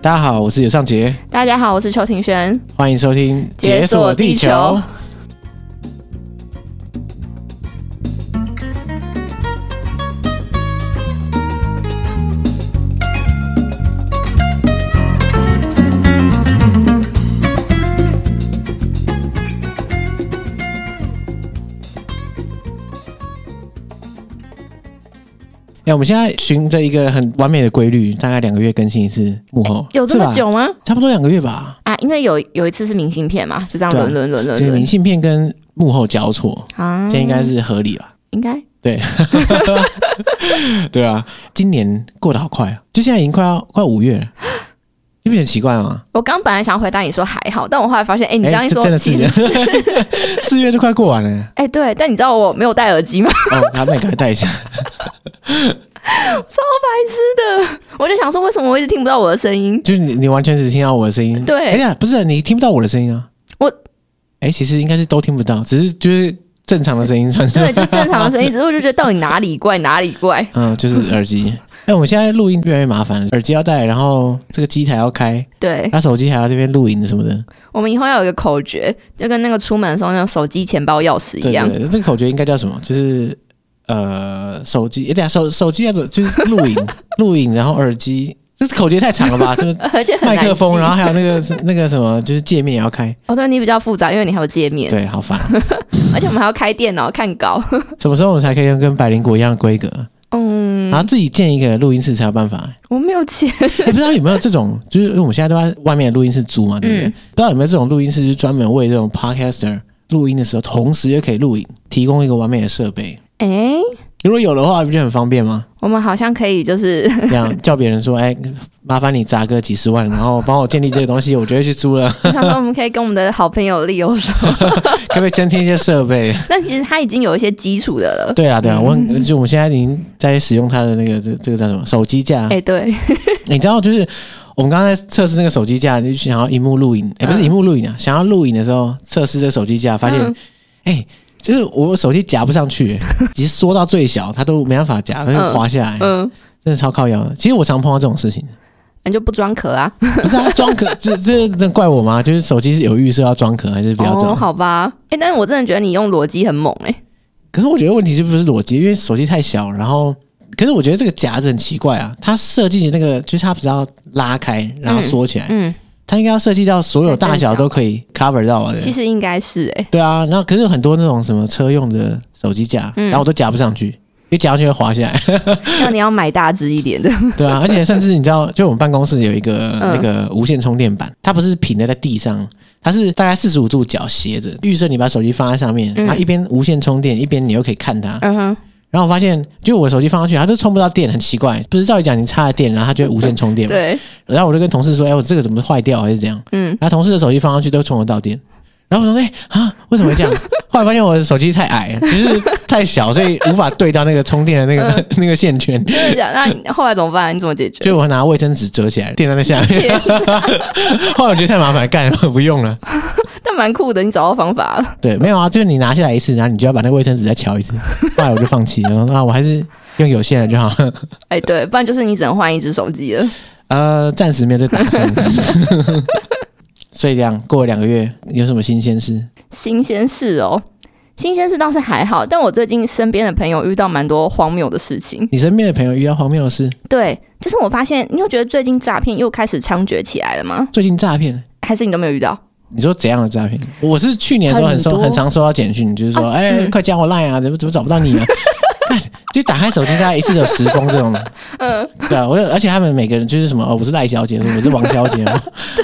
大家好，我是尤尚杰，大家好，我是邱庭轩。欢迎收听《解锁地球哎、我们现在循着一个很完美的规律，大概两个月更新一次幕后，哎有这么是吧？久吗？差不多两个月吧。啊，因为有有一次是明信片嘛，就这样对啊轮轮轮所轮以轮明信片跟幕后交错，啊这应该是合理吧？应该嗯对啊，今年过得好快啊，就现在已经快要快五月了，你不觉得很奇怪吗？我刚本来想回答你说还好，但我后来发现，哎、你这样一这说，真的其是实是 四月就快过完了， 哎、对，但你知道我没有戴耳机吗？ 哦，他们赶快带一下。我就想说，为什么我一直听不到我的声音？就是你，你完全只听到我的声音。对哎呀，不是你听不到我的声音啊。我，哎，其实应该是都听不到，只是就是正常的声音传出对，来。就正常 的声音，只是我就觉得到底哪里怪哪里怪。嗯，就是耳 机。哎，我们现在录音越来越麻烦了，耳机要戴，然嗯后这个机台要开，对那手机还要这边录影什么的。我们以后要有一个口诀，就跟那个出门的时候那种手机、钱包、钥匙 一对样。对，对这个口诀应该叫什么？就是呃，手机，哎，等一下手手机要怎么？就是录 影，录影，然后耳机。这口诀太长了吧？这个 而且很麦难克风，记然后还有那个那个什么，就是界面也要 开。哦，对你比较复杂，因为你还有界面，对，好烦。而且我们还要开电脑看稿。什么时候我们才可以用跟百灵果一样的规格？嗯，然后自己建一个录音室才有办法、 欸。我没有钱。不知道有没有这种，就是因为我们现在都在外面的录音室租嘛，对不对？嗯不知道有没有这种录音室，就是专门为这种 podcaster 录音的时候，同时又可以录影，提供一个完美的设备。哎、如果有的话，不就很方便 吗？我们好像可 以，就是这样叫别人说：“哎、麻烦你砸个几十万，然后帮我建立这个东西，我就会去租了。 我想说我们可以跟我们的好朋友利友说，可不可以先听一些设备但其实他已经有一些基础的了？”。对啊，对啊，我很就我们现在已经在使用它的那个这这个叫什么手机架。哎、对，你知道，就是我们刚才测试那个手机架，就想要荧幕录影，哎、不是嗯荧幕录影啊，想要录影的时候测试这个手机架，发现，嗯哎、就是我手机夹不上去、 哎其实缩到最小，它都没办法夹，它就滑下来，嗯，真的超靠腰的。其实我常碰到这种事情，那就不装壳啊。不是啊，装 壳，这这这怪我吗？就是手机是有预设要装壳，还是不要装？哦，好吧。哎、但是我真的觉得你用裸机很猛哎、可是我觉得问题是不是裸机？因为手机太小，然后。可是我觉得这个夹子很奇怪啊，它设计的那个就是它不是要拉开然后缩起来，嗯，它应该要设计到所有大小都可以 cover 到啊。对其实应该是哎、对啊，然后可是有很多那种什么车用的手机架，嗯然后我都夹不上去，因为夹上去会滑下来。 那你要买大只一点的。对啊，而且甚至你知道，就我们办公室有一个、嗯那个无线充电板，它不是平的在地上，它是大概四十五度角斜着。预设你把手机放在上面，嗯然后一边无线充电，一边你又可以看它。嗯哼，然后我发现，就我手机放上去，它就充不到电，很奇怪。不是照理讲你插了电，然后它就会无线充电嘛。 对，然后我就跟同事说：“哎、我这个怎么坏掉还是怎样？”嗯，然后同事的手机放上去都充得到电。然后我说：“哎、啊，为什么会这样？” 后来发现我的手机太矮，就是太小，所以无法对到那个充电的那个、 那个线圈，真的假的？那你后来怎么办？你怎么解决？ 所以我拿卫生纸折起来垫在那 下面。后来我觉得太麻烦，干我不用了。但蛮酷的，你找到方法了。对，没有啊，就是你拿下来一次，然后你就要把那个卫生纸再敲一次。后来我就放弃了，然后啊，我还是用有线的就好 了。哎、对，不然就是你只能换一只手机了。呃，暂时没有这打算。 所以这样过了两个月，有什么新鲜事？新鲜事哦，新鲜事倒是还好，但我最近身边的朋友遇到蛮多荒谬的事情。你身边的朋友遇到荒谬的事？对，就是我发现，你有觉得最近诈骗又开始猖獗起来了吗？最近诈骗，还是你都没有遇到？你说怎样的诈骗？我是去年的时候很收很多很常收到简讯，就是说，啊哎、嗯快加我 line 啊，怎么怎么找不到 你啊？看就打开手机，大概一次有十封这种，嗯，对啊，我有而且他们每个人就是什么，哦，我是赖小姐，我是王小姐 嘛，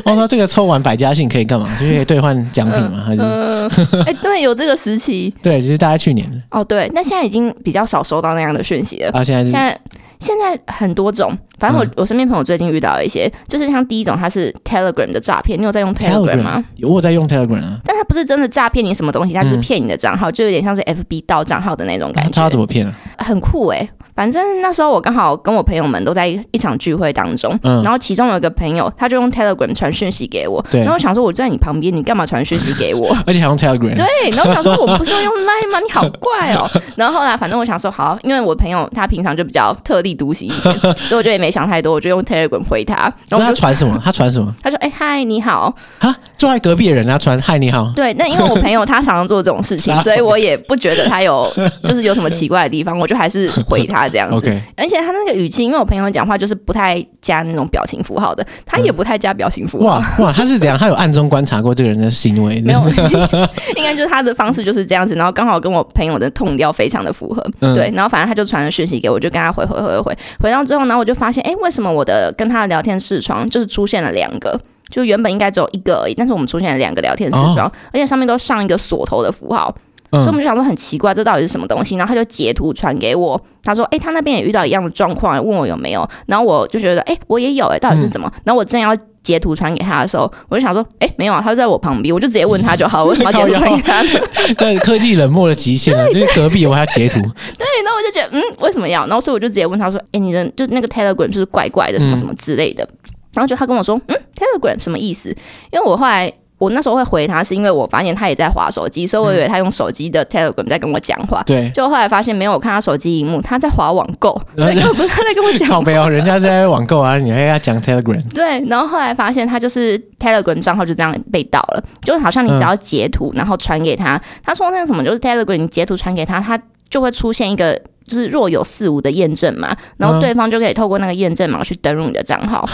我说这个抽完百家姓可以干嘛？就是可以兑换奖品嘛，还是嗯，哎、对，有这个时期对，就是大概去年，哦，对，那现在已经比较少收到那样的讯息了。啊，现在呃是现在现在很多种，反正我、嗯我身边朋友最近遇到了一些，就是像第一种，它是 Telegram 的诈骗，你有在用 Telegram 吗？有我有在用 Telegram 啊，但它不是真的诈骗你什么东西，它就是嗯哦骗你的账号，就有点像是 FB 盗账号的那种感觉。他要怎么骗啊？很酷哎、反正那时候我刚好跟我朋友们都在一一场聚会当中，嗯然后其中有一个朋友他就用 Telegram 传讯息给我，对然后我想说我就在你旁边，你干嘛传讯息 给我？而且还用 Telegram，对，然后我想说，我不是要用 Line 吗？你好怪哦。 然后后来，反正我想说，好，因为我朋友他平常就比较特立独行一 点，所以我就也没想太多，我就用 Telegram 回他。然那后我他就传什么？他传什么？他说：“哎、嗨，你好。啊，坐在隔壁的人他传嗨你好”，，对，那因为我朋友他常常做这种事情 所以我也不觉得他有就是有什么奇怪的地方，我就还是回他这样子。 OK，而且他那个语气，因为我朋友讲话就是不太加那种表情符号的，他也不太加表情符号，哇哇，他是怎样？他有暗中观察过这个人的行为，没有， 应该就是他的方式就是这样子，然后刚好跟我朋友的痛调非常的符合，嗯对，然后反正他就传了讯息给我，我就跟他回回回回回，回到最后，呢，我就发现，哎、为什么我的跟他的聊天视窗就是出现了两个？就原本应该只有一个而已，但是我们出现了两个聊天视哦窗，而且上面都上一个锁头的符号，所以我嗯们就想说很奇怪，这到底是什么东西？然后他就截图传给我，他说：“哎、他那边也遇到一样的状况，问我有没有。”然后我就觉得：“哎、我也有哎、到底是怎么？”然后我正要截图传给他的时候，我就想说：“哎、没有啊，他就在我旁边，我就直接问他就好，我为什么要截图传给他呢？” 对，科技冷漠的极限啊，就是隔壁我还要 截图，对，然后我就觉得，嗯，为什么要？然后所以我就直接问他说：“哎、你的就那个 Telegram 就是怪怪的，什么什么之类的。然后就他跟我说：“嗯，Telegram 什么意思？”因为我后来我那时候会回他，是因为我发现他也在划手机，所以我以为他用手机的 Telegram 在跟我讲话。对，就后来发现没有，我看他手机荧幕，他在划网购，然所后以根本不是他在跟我 讲靠背哦，人家在网购啊，你还要讲 Telegram，对，然后后来发现他就是 Telegram 账号就这样被盗了，就好像你只嗯要截图、然后传给他，他说那个什么就是 Telegram 你截图传给他，他就会出现一个就是若有似无的验证码，然嗯后对方就可以透过那个验证码去登录你的账号。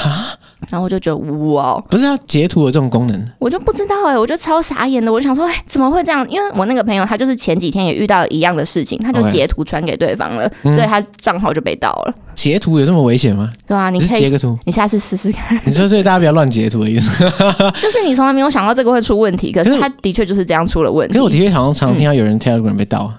然后我就觉得哇，哦不是要截图的这种功能，我就不知道哎、我就超傻眼的，我就想说，哎、怎么会这样？因为我那个朋友他就是前几天也遇到一样的事情，他就 OK 嗯截图传给对方了所以他账号就被盗了。截图有这么危险吗？对啊，你只是可截以个，图， 你下次试试看。你说所以大家不要乱截图的意嗯思。 就是你从来没有想到这个会出问题，可啊可是是他的确就是这样出了问可题是。我的确好像常听到有人嗯 Telegram 被盗，啊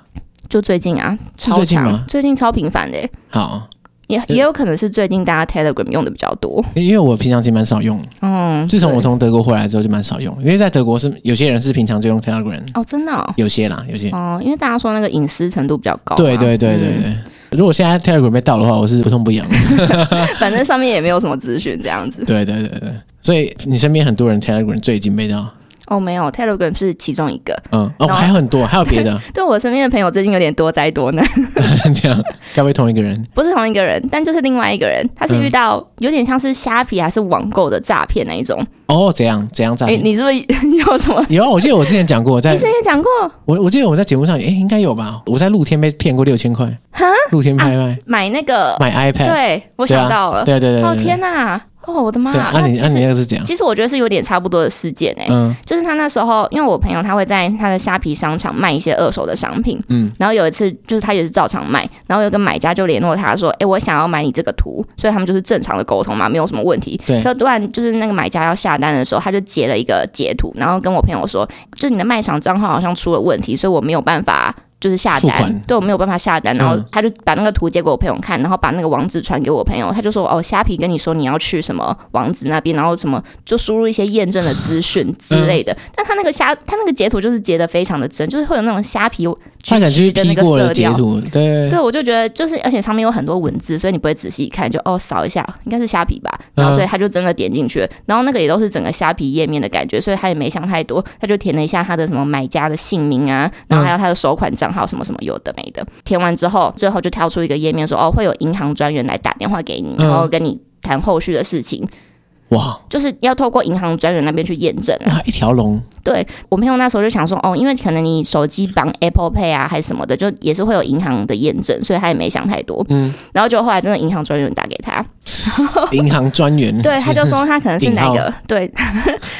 就最近啊，是超最近常吗最近超频繁的欸，好，也嗯也有可能是最近大家 Telegram 用的比较多。因为我平常其实蛮少用，嗯，自从我对从德国回来之后就蛮少用，因为在德国是有些人是平常就用 Telegram，哦，真的哦，有些啦，有些。哦，因为大家说那个隐私程度比较高嘛，啊对对对对对，如果现在 Telegram 被盗的话，我是不痛不痒。嗯， 反正上面也没有什么资讯这样子。对对对对，所以你身边很多人 Telegram 最近被盗，哦，没有，Telegram 是其中一个。嗯，哦，然后还有很 多，还有别的，对我身边的朋友最近有点多灾多难，这样该不会同一个人？不是同一个人，但就是另外一个人，他嗯是遇到有点像是虾皮还是网购的诈骗那一种。哦，怎样怎样诈哎，骗？你是不是 有什么？有啊，我记得我之前讲过，我你在之前讲过我我记得我在节目上，哎、应该有吧？我在露天被骗过六千块，露天拍卖、买那个买 iPad，啊对，我对啊想到了。对对对哦对天哪！哦，我的妈！对，那按你啊其按你实那个是怎样？其实我觉得是有点差不多的事件哎、嗯就是他那时候，因为我朋友他会在他的虾皮商场卖一些二手的商品，嗯，然后有一次就是他也是照常卖，然后有个买家就联络他说，哎、我想要买你这个图，所以他们就是正常的沟通嘛，没有什么问题。对就突然就是那个买家要下单的时候，他就截了一个截图，然后跟我朋友说，就是你的卖场账号好像出了问题，所以我没有办法。就是下付款单，对我没有办法下单，然后嗯他就把那个图截给我朋友看，然后把那个网址传给我朋友，他就说哦，虾皮跟你说你要去什么网址那边，然后什么就输入一些验证的 资讯之嗯类的。但他那个虾，他那个截图就是截的非常的真，就是会有那种虾皮他感觉去就是 P 过了截图，对对，我就觉得就是，而且上面有很多文字，所以你不会仔细看，就哦扫一下，应该是虾皮吧。嗯然后所以他就真的点进去了，然后那个也都是整个虾皮页面的感觉，所以他也没想太多，他就填了一下他的什么买家的姓名啊，嗯然后还有他的收款账号什么什么有的没的。填完之后，最后就跳出一个页面说哦会有银行专员来打电话给你，嗯然后跟你谈后续的事情，哇就是要透过银行专员那边去验证啊。哇一条 龙，对我朋友那时候就想说，哦，因为可能你手机绑 Apple Pay 啊，还是什么的，就也是会有银行的验证，所以他也没想太多。嗯，然后就后来真的银行专员打给 他，银行专员，对，他 就说他可能是哪一引个， 对，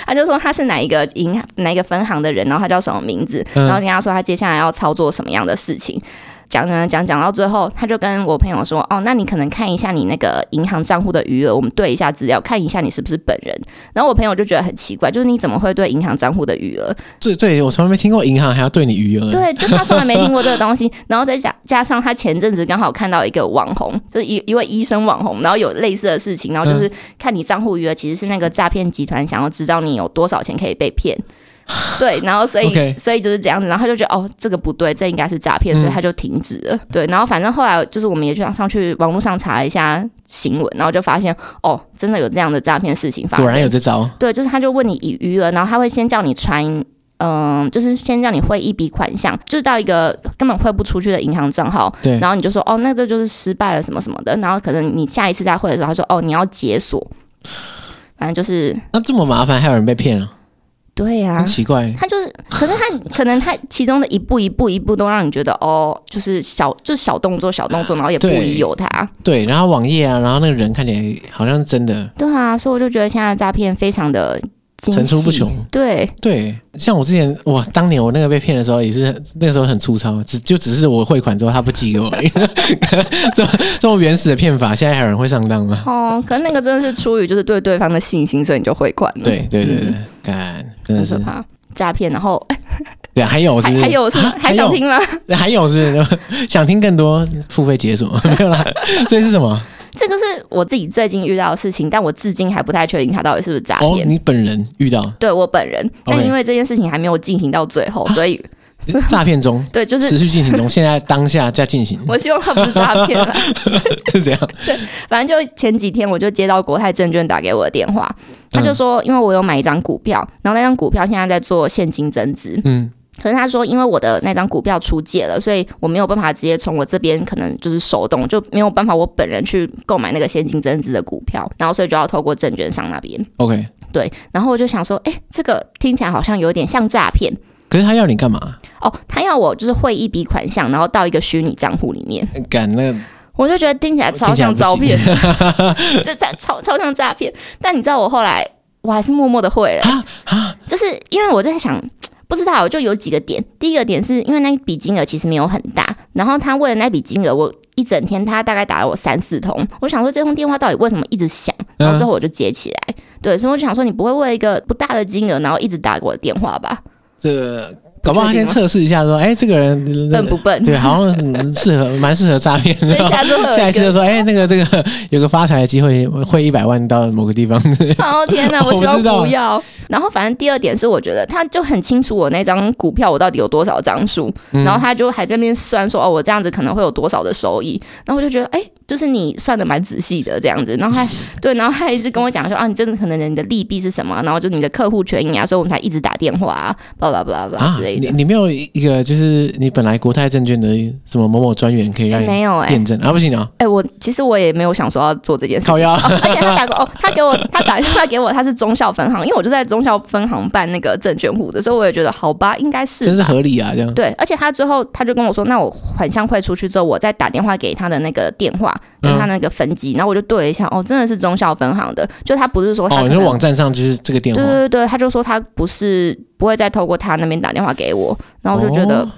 他就说他是哪一个银行哪一个分行的人，然后他叫什么名字，嗯然后跟他说他接下来要操作什么样的事情。讲讲讲讲到最后，他就跟我朋友说：“哦，那你可能看一下你那个银行账户的余额，我们对一下资料，看一下你是不是本人。”然后我朋友就觉得很奇怪，就是你怎么会对银行账户的余额？这对我从来没听过银行还要对你余额，对，就他从来没听过这个东西，然后再加加上他前阵子刚好看到一个网红，就是一一位医生网红，然后有类似的事嗯 情，然后就是看你账户余额其实是那个诈骗集团想要知道你有多少钱可以被骗，对，然后所以 OK 所以就是这样子，然后他就觉得哦这个不对，这应该是诈骗，所以嗯他就停止了。对，然后反正后来就是我们也去上去网络上查了一下新闻，然后就发现哦真的有这样的诈骗事情发生果。然有这招，对，就是他就问你已余额，然后他会先叫你传，嗯、就是先叫你汇一笔款项，就是到一个根本汇不出去的银行账号，对然后你就说哦，那这就是失败了什么什么的，然后可能你下一次再汇的时候，他说哦，你要解锁，反正就是那这么麻烦，还有人被骗了，对呀、很奇怪。他就是，可是他可能他其中的一步一步一步都让你觉得哦，就是小就小动作小动作，然后也不对疑有他，对，然后网页啊，然后那个人看起来好像是真的，对啊，所以我就觉得现在的诈骗非常的精层出不细穷，对，对，像我之前，哇，当年我那个被骗的时候，也是那个时候很粗糙，只就只是我汇款之后他不寄给我 而已，这么这么原始的骗法，现在还有人会上当吗？哦，可能那个真的是出于就是对对方的信心，所以你就汇款了。对对对对嗯，干，真的很可是，怕。诈骗，然后哎对，还有是还不是还有是吗啊？还想听吗？还有还有是不是想听更多付费解锁 没有啦？所以是什么？这个是我自己最近遇到的事情，但我至今还不太确定它到底是不是诈哦，骗。你本人遇 到对我本人，但 OK 因为这件事情还没有进行到最后，所 以诈骗中，对，就是持续进行 中，现在当下在进行，我希望它不是诈骗 啦。是这样，反正就前几天我就接到国泰证券打给我的电话，他嗯就说，因为我有买一张股票，然后那张股票现在在做现金增资，嗯，可是他说，因为我的那张股票出借了，所以我没有办法直接从我这边可能就是手动，就没有办法我本人去购买那个现金增值的股票，然后所以就要透过证券商那边。 OK，对，然后我就想说，哎，这个听起来好像有点像诈骗可是他要你干嘛？哦。他要我就是汇一笔款项，然后到一个虚拟账户里面，干那我就觉得听起来超像诈骗听，这超超超像诈骗。但你知道我后来我还是默默的汇了，啊啊，就是因为我在想，不知道就有几个点。第一个点是因为那笔金额其实没有很大，然后他为了那笔金额，我一整天他大概打了我三四通，我想说这通电话到底为什么一直响，然后最嗯，后我就接起来。对，所以我就想说，你不会为了一个不大的金额，然后一直打我的电话吧？这搞不好他先测试一下，说，啊哎，这个人笨不笨？对，好像嗯适合，蛮适合诈骗 所以的。下次会 有下一次就个，说，哎，那个这个有个发财的机会，汇一百万到某个地 方。 哦天哪，我不我希望知道不要。然后反正第二点是，我觉得他就很清楚我那张股票我到底有多少张数，嗯然后他就还在那边算说，哦，我这样子可能会有多少的收益。然后我就觉得，哎、就是你算的蛮仔细的这样子。然后他对，然后他一直跟我讲说，啊，你真的可能你的利弊是什么，然后就是你的客户权益啊，所以我们才一直打电话啊，巴拉巴拉巴拉啊，之类你的。你没有一个就是你本来国泰证券的什么某某专员可以哎让你没有哎、验证啊？不行啊，哎、我其实我也没有想说要做这件事情，靠腰哦而且他打过哦，他给我他打电话给我，他是中校分行，因为我就在中校分行办那个证券户的，所以我也觉得好吧，应该是真是合理啊，这样。对，而且他最后他就跟我说，那我款项汇出去之后，我再打电话给他的那个电话，跟嗯他那个分机，然后我就对了一下，哦，真的是中校分行的，就他不是说他哦，可你说能、网站上就是这个电对话对，对对，他就说他不是不会再透过他那边打电话给我，然后我就觉得、哦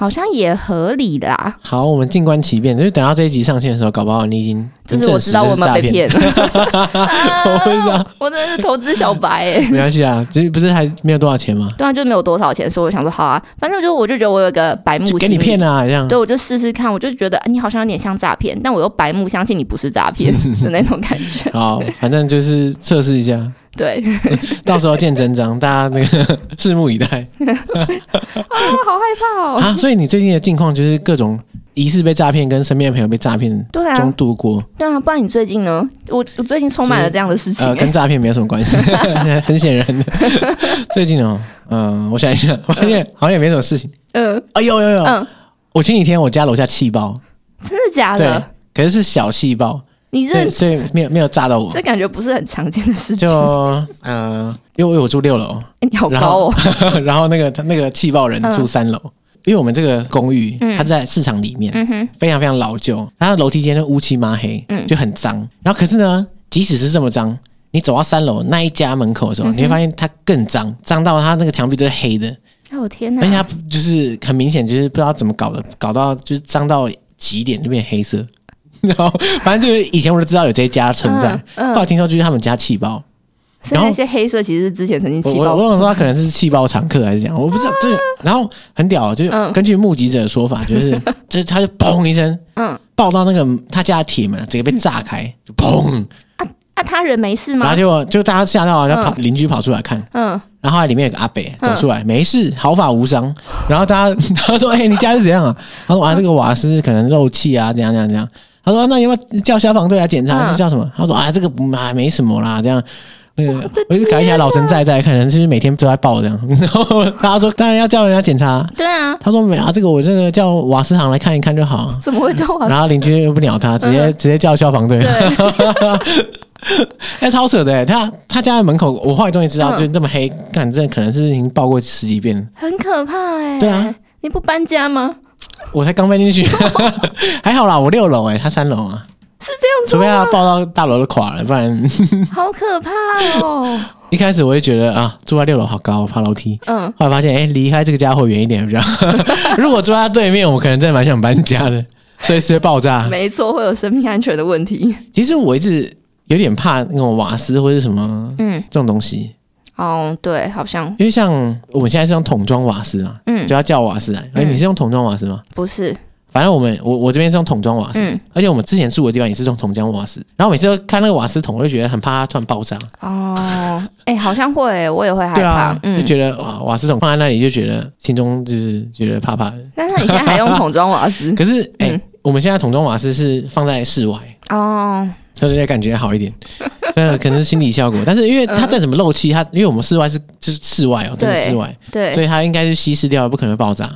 好像也合理啦，好，我们静观其变，就是等到这一集上线的时候，搞不好你已经就是我知道我们被骗，了，我不知道， 我真的是投资小白哎、 没关系啊，其实不是还没有多少钱吗？对啊，就没有多少钱，所以我想说好啊，反正就我就觉得我有个白目就心理，给你骗啊，这样。对，我就试试看，我就觉得啊你好像有点像诈骗，但我又白目相信你不是诈 骗的那种感觉。好，反正就是测试一下， 对，到时候见真章，大家那个拭目以待啊，好害怕 哦。啊。所以你最近的近况就是各种疑似被诈骗，跟身边的朋友被诈骗对中啊，度过，对啊，不然你最近呢？我我最近充满了这样的事情、呃，欸跟诈骗没有什么关 系，很显然的。最近哦，嗯、我想一想，发现好像也没什么事情。嗯哎呦呦呦，嗯，我前几天我家楼下气爆，真的假对的？，可是是小气爆，你认对，所以没有没有炸到我这。感觉不是很常见的事情就。呃，因为我住六楼，哎你好高哦，然后那个他那个气爆人住三楼，因为我们这个公寓嗯它是在市场里面，嗯哼，非常非常老旧，它的楼梯间都乌漆嘛黑，嗯就很脏。然后可是呢，即使是这么脏，你走到三楼那一家门口的时候，嗯哼你会发现它更脏，脏到它那个墙壁都是黑的，哎我天而且它哪，就是很明显就是不知道怎么搞的，搞到就是脏到极点就变黑色。 然后反正就是以前我就知道有这一家存在，嗯嗯后来听说就是他们家气爆。所以那些黑色其实是之前曾经我起我爆我想说他可能嗯是气包常客还是怎样，我不知道。对，然后很屌，就是啊嗯根据目击者的说 法，就是就是他就砰一声嗯爆到那个他家的铁门，直接被炸开，就砰。啊那他人没事然后吗？结果就大家吓到啊，然后跑嗯邻居跑出来看，嗯，然后后来里面有个阿北走出来，没事，毫发无伤。然后大家他 说：“哎、你家是怎样啊？”他说：“啊，这个瓦斯可能漏气啊，怎样怎样怎样。”他说：“那要不要叫消防队来检查？嗯是叫什么？”他说：“啊，这个不啊没什么啦，这样。”那个，我就感觉起来老神在在，可能就是每天都在报这样。 然后大家说，当然要叫人家检查。对啊，他说没啊，这个我这个叫瓦斯行来看一看就好。怎么会叫我？然后邻居又不鸟嗯他，直接、直接叫消防队。对， 哎、超扯的、欸！他他家的门口，我后来终于知道，嗯就这么黑，干这可能是已经报过十几遍了。很可怕哎、对啊，你不搬家吗？我才刚搬 进去，还好啦，我六楼哎、他三楼啊，是这样除说非他吗？报到大楼都垮了，不然好可怕哦。 一开始我会觉得啊，住在六楼好高，爬楼梯。嗯，后来发现，哎、离开这个家伙远一点比较好。 如果住在他对面，我可能真的蛮想搬家的，随时会爆炸。没错，会有生命安全的问题。其实我一直有点怕那种瓦斯或是什么嗯，这种东西，哦，对，好像因为像我们现在是用桶装瓦斯啊，嗯就要叫瓦斯来。哎、嗯你是用桶装瓦斯吗？不是。反正我们我我这边是用桶装瓦斯，嗯，而且我们之前住的地方也是用桶装瓦斯，然后每次都看那个瓦斯桶，我就觉得很怕它突然爆炸。哦， 哎、好像会、我也会害对怕。啊，嗯就，觉得哇，瓦斯桶放在那里就觉得心中就是觉得怕怕的。但是你现在还用桶装 瓦斯可是哎、嗯我们现在桶装瓦斯是放在室外。哦，就是感觉好一 点，真的可能是心理效果。但是因为它嗯再怎么漏气，它因为我们室外是就是室外哦，真的对室外，所对，以它应该是稀释掉，不可能爆炸。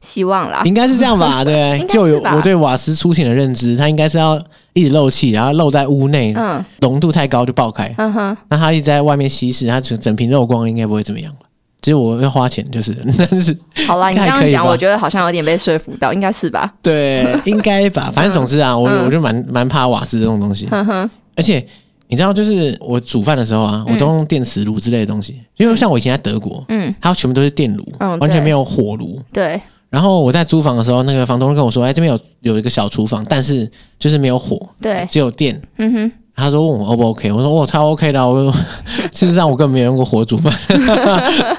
希望啦。应该是这样 吧？对应该是，吧就有我对瓦斯出行的认知，它应该是要一直漏气，然后漏在屋内，嗯浓度太高就爆开。嗯哼，那它一直在外面稀释，它整整瓶漏光，应该不会怎么样吧只是我要花钱，就是， 但是好啦，你这应该样可以讲，吧我觉得好像有点被说服到，应该是吧？对，应该吧。反正总之啊，我嗯我就蛮蛮怕瓦斯这种东西，嗯哼，而且你知道，就是我煮饭的时候啊，我都用电磁炉之类的东西，因为像我以前在德国，嗯，它全部都是电炉，嗯完对全没有火炉。对，然后我在租房的时候，那个房东跟我说：“哎，这边有有一个小厨房，但是就是没有火，对只有电。嗯哼，”他说问我 O 不 OK，我说 我超 OK 的啊，我事实上我根本没有用过火煮饭， 对啊，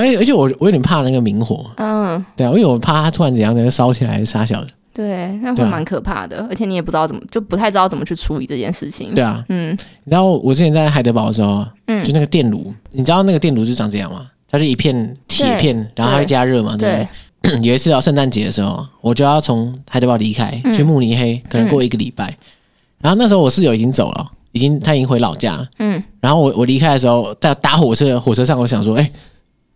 而且而且我我有点怕那个明火，嗯，对啊，因为我怕它突然怎样的烧起来啥小的，对，那会对啊蛮可怕的，而且你也不知道怎么，就不太知道怎么去处理这件事情。对啊，嗯你知道我之前在海德堡的时候啊，嗯就那个电炉，你知道那个电炉是长这样吗？它是一片铁片，然后它会加热嘛，对不对对？有一次要圣诞节的时候，啊我就要从海德堡离开，嗯去慕尼黑，可能过一个礼拜。然后那时候我室友已经走了，已经他已经回老家了。嗯，然后我我离开的时候，在搭火车，火车上我想说，哎、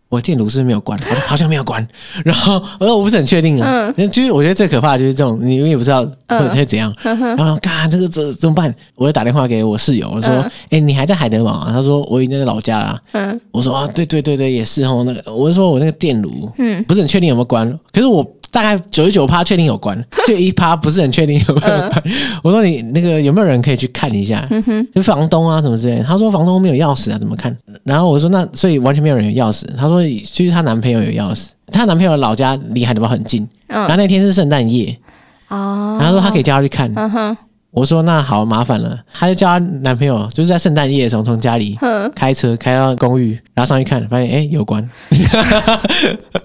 我的电炉是不是没有关，好像好像没有关。然后我说我不是很确定啊，就是我觉得最可怕的就是这种，你也不知道会会怎样。然后干这个怎怎么办？我就打电话给我室友，我说，哎、嗯你还在海德堡、啊？他说我已经在老家了啊。嗯我说啊，对对对对，也是哦。那个我是说我那个电炉嗯不是很确定有没有关，可是我大概九十九趴确定有 关，就一趴不是很确定有没有关。嗯我说你那个有没有人可以去看一下？就房东啊什么之类的。他说房东没有钥匙啊，怎么看？然后我说那所以完全没有人有钥匙。他说就是她男朋友有钥匙，她男朋友的老家离海德堡很近。然后嗯，那天是圣诞夜， 哦，然后说她可以叫他去看。嗯哼，我说那好麻烦了，她就叫她男朋友就是在圣诞夜的时候从家里嗯开车开到公寓，然后上去看，发现哎、诶有 关，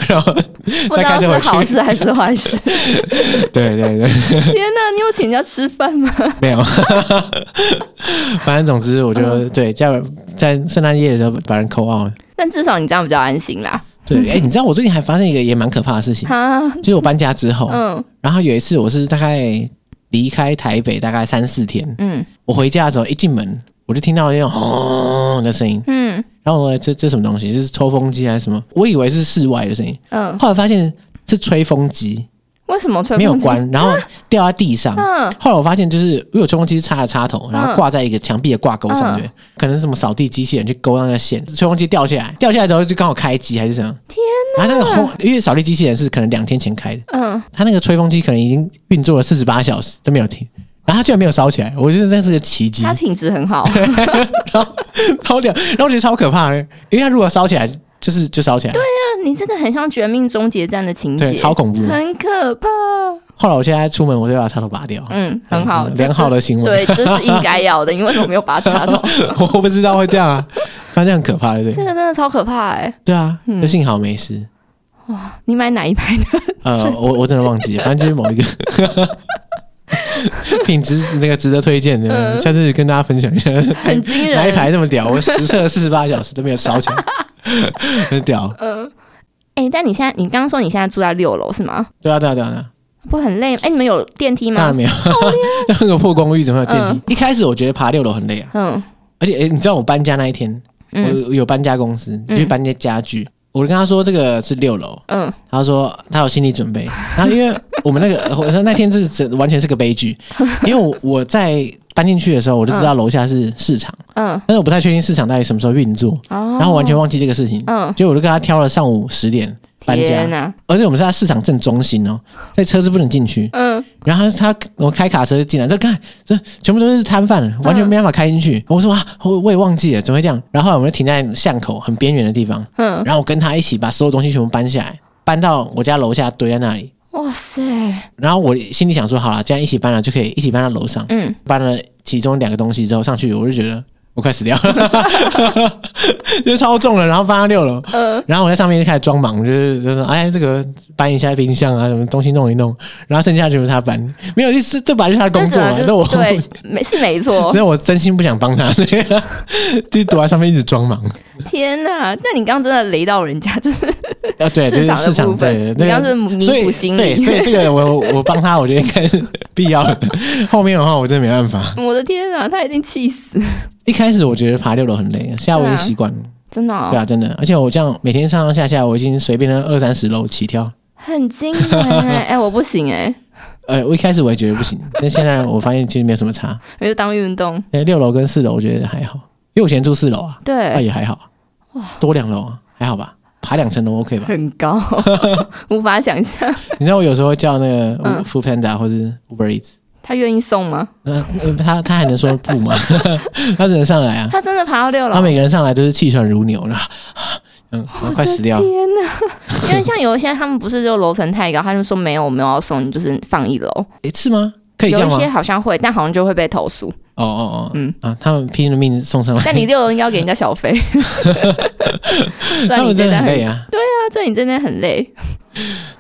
然后不知再开道车是回去。好事还是 坏事。对对对，天哪，你有请人家吃饭吗？ 没有。 反正总之，我觉得对，在在圣诞夜的时候把人扣 out 了。但至少你这样比较安心啦。对，哎、你知道我最近还发生一个也蛮可怕的事情，哈，就是我搬家之后，嗯然后有一次我是大概离开台北大概三四天，嗯我回家的时候一进门我就听到那种轰的声音，嗯然后我说这这什么东西？这是抽风机还是什么？我以为是室外的声音，嗯，后来发现是吹风机为什么吹没有风机？ 关，然后掉在地上。嗯后来我发现，就是因为我吹风机是插了插头，然后嗯挂在一个墙壁的挂钩上嗯面，可能是什么扫地机器人去勾那个线，吹风机掉下来，掉下来之后就刚好开机还是什么。天然后那个轰，因为扫地机器人是可能两天前开的，嗯，它那个吹风机可能已经运作了四十八小时都没有停，然后它居然没有烧起来，我觉得这是个奇迹它，品质 很好。超屌，然后我觉得超可怕的，因为它如果烧起来，就是就烧起来，对那你这个很像《绝命终结战》的情节，超 恐怖的。很可怕。后来我现在出门，我就把插头拔掉，嗯，很好，嗯良好的行为。 对，这是应该要的。你为什么没有拔插头？我不知道会这样啊，反正很可怕，对不这对？个真的超可怕哎！对啊，嗯就幸好没事。你买哪一排的？ 呃，我我真的忘记了，反正就是某一个。品质那个值得推荐的，嗯下次跟大家分享一下。哎很惊哪一人。排这么屌？我实测四十八小时都没有烧起 来，很屌。哎、但你现在你刚刚说你现在住在六楼是吗？对啊，对啊，对啊，对啊不会很累吗？哎、你们有电梯当然吗？没有。 那个破公寓怎么会有电梯？一开始我觉得爬六楼很累啊，嗯而且诶，你知道我搬家那一天，嗯我有搬家公司嗯去搬家家具，我就跟他说这个是六楼，嗯他说他有心理准备。然后因为我们那个， 我说那天是整完全是个悲剧，因为我我在搬进去的时候，我就知道楼下是市场，嗯，但是我不太确定市场到底什么时候运作，哦，然后完全忘记这个事情，嗯，结果我就跟他挑了上午十点。搬家天，哪，而且我们是在市场正中心哦，所以车子不能进去。嗯，然后他我开卡车进来，这看这全部都是摊贩，完全没办法开进去。我说啊，我我也忘记了，怎么会这样？然后后来我们就停在巷口很边缘的地方，嗯然后我跟他一起把所有东西全部搬下来，搬到我家楼下堆在那里。哇塞，然后我心里想说，好了，这样一起搬了就可以一起搬到楼上。嗯，搬了其中两个东西之后上去，我就觉得我快死掉了， 就超重了，然后搬到六楼，嗯然后我在上面就开始装忙，就是就说哎，这个搬一下冰箱啊，什么东西弄一弄，然后剩下就是他搬，没有，就是这本来就是他的工作嘛，这那种我就 对，没是没错所。以我真心不想帮他，所以 他就躲在上面一直装忙。天哪，那你刚刚真的雷到人家，就是啊，对，就是市场的市场，部分对，你对刚是弥所以补心理对，所以这个我我帮他，我觉得应该是必要的。后面的话我真的没办法， 我的天哪，他一定气死，一开始我觉得爬六楼很累，现在我已经对啊习惯了。真的、哦对啊，真的，而且我这样每天上上下下，我已经随便的二三十楼起跳。很惊人哎、哎我不行哎、呃，我一开始我也觉得不行，但现在我发现其实没有什么差。我就当运动。呃，六楼跟四楼我觉得还好，因为我以前住四楼啊，对，那也还好，多两楼啊，还好吧，爬两层楼 OK 吧？很高， 无法想象。你知道我有时候会叫那个嗯 Food Panda 或是 Uber Eats，他愿意送吗？那、呃他他还能说不吗？ 他只能上来啊，他真的爬到六 楼他？每个人上来都是气喘如牛，然后嗯，然后快死掉。天哪！ 因为像有一些他们不是就楼层太高，他就说没有，我没有要送你，就是放一楼。诶，是吗？可以这有样一吗些？好像会，但好像就会被投 诉。哦哦哦，嗯嗯啊，他们拼了命送上来，但你六楼应该要给人家 小费。虽他然们你真真的很的很，累啊。那这你真的很累，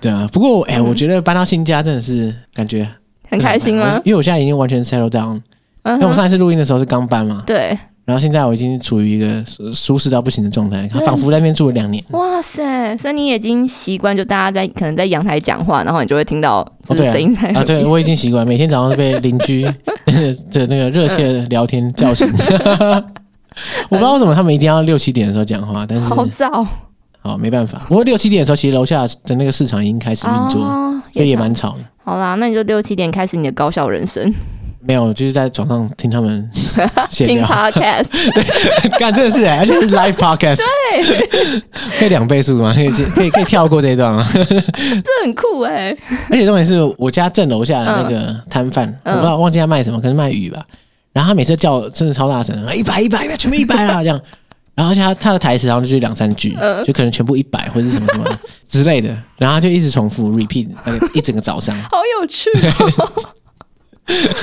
对啊，不过哎、我觉得搬到新家真的是感觉嗯很开心我吗？因为我现在已经完全 settle down，嗯因啊为我哼，上一次录音的时候是刚搬嘛，对，然后现在我已经处于一个舒舒适到不行的状态，嗯仿佛在那边住了两年。哇塞！所以你已经习惯，就大家在可能在阳台讲话，然后你就会听到就对啊是声音在啊，对，我已经习惯，每天早上都被邻 居的那个热切嗯的聊天叫醒。我不知道为什么他们一定要六七点的时候讲话，但是好早好没办法。不过六七点的时候，其实楼下的那个市场已经开始运作，哦所以也差蛮吵的。好啦，那你就六七点开始你的高效人生，没有，就是在床上听他 们闲听聊。 podcast， 干，真的是欸，而且是 live podcast，对， 可以两倍速吗？可以可以可以跳过这一段吗？ 这很酷哎、而且重点是我家正楼下的那个摊贩，我嗯不知道忘记他卖什么，可能卖鱼吧。然后他每次叫真的超大声，一百一百一百，全部一百 啦这样。然后而且他他的台词好像就是两三句，嗯就可能全部一百或者是什么什么 之类的，然后他就一直重复 repeat 那个一整个早上。好有趣、哦，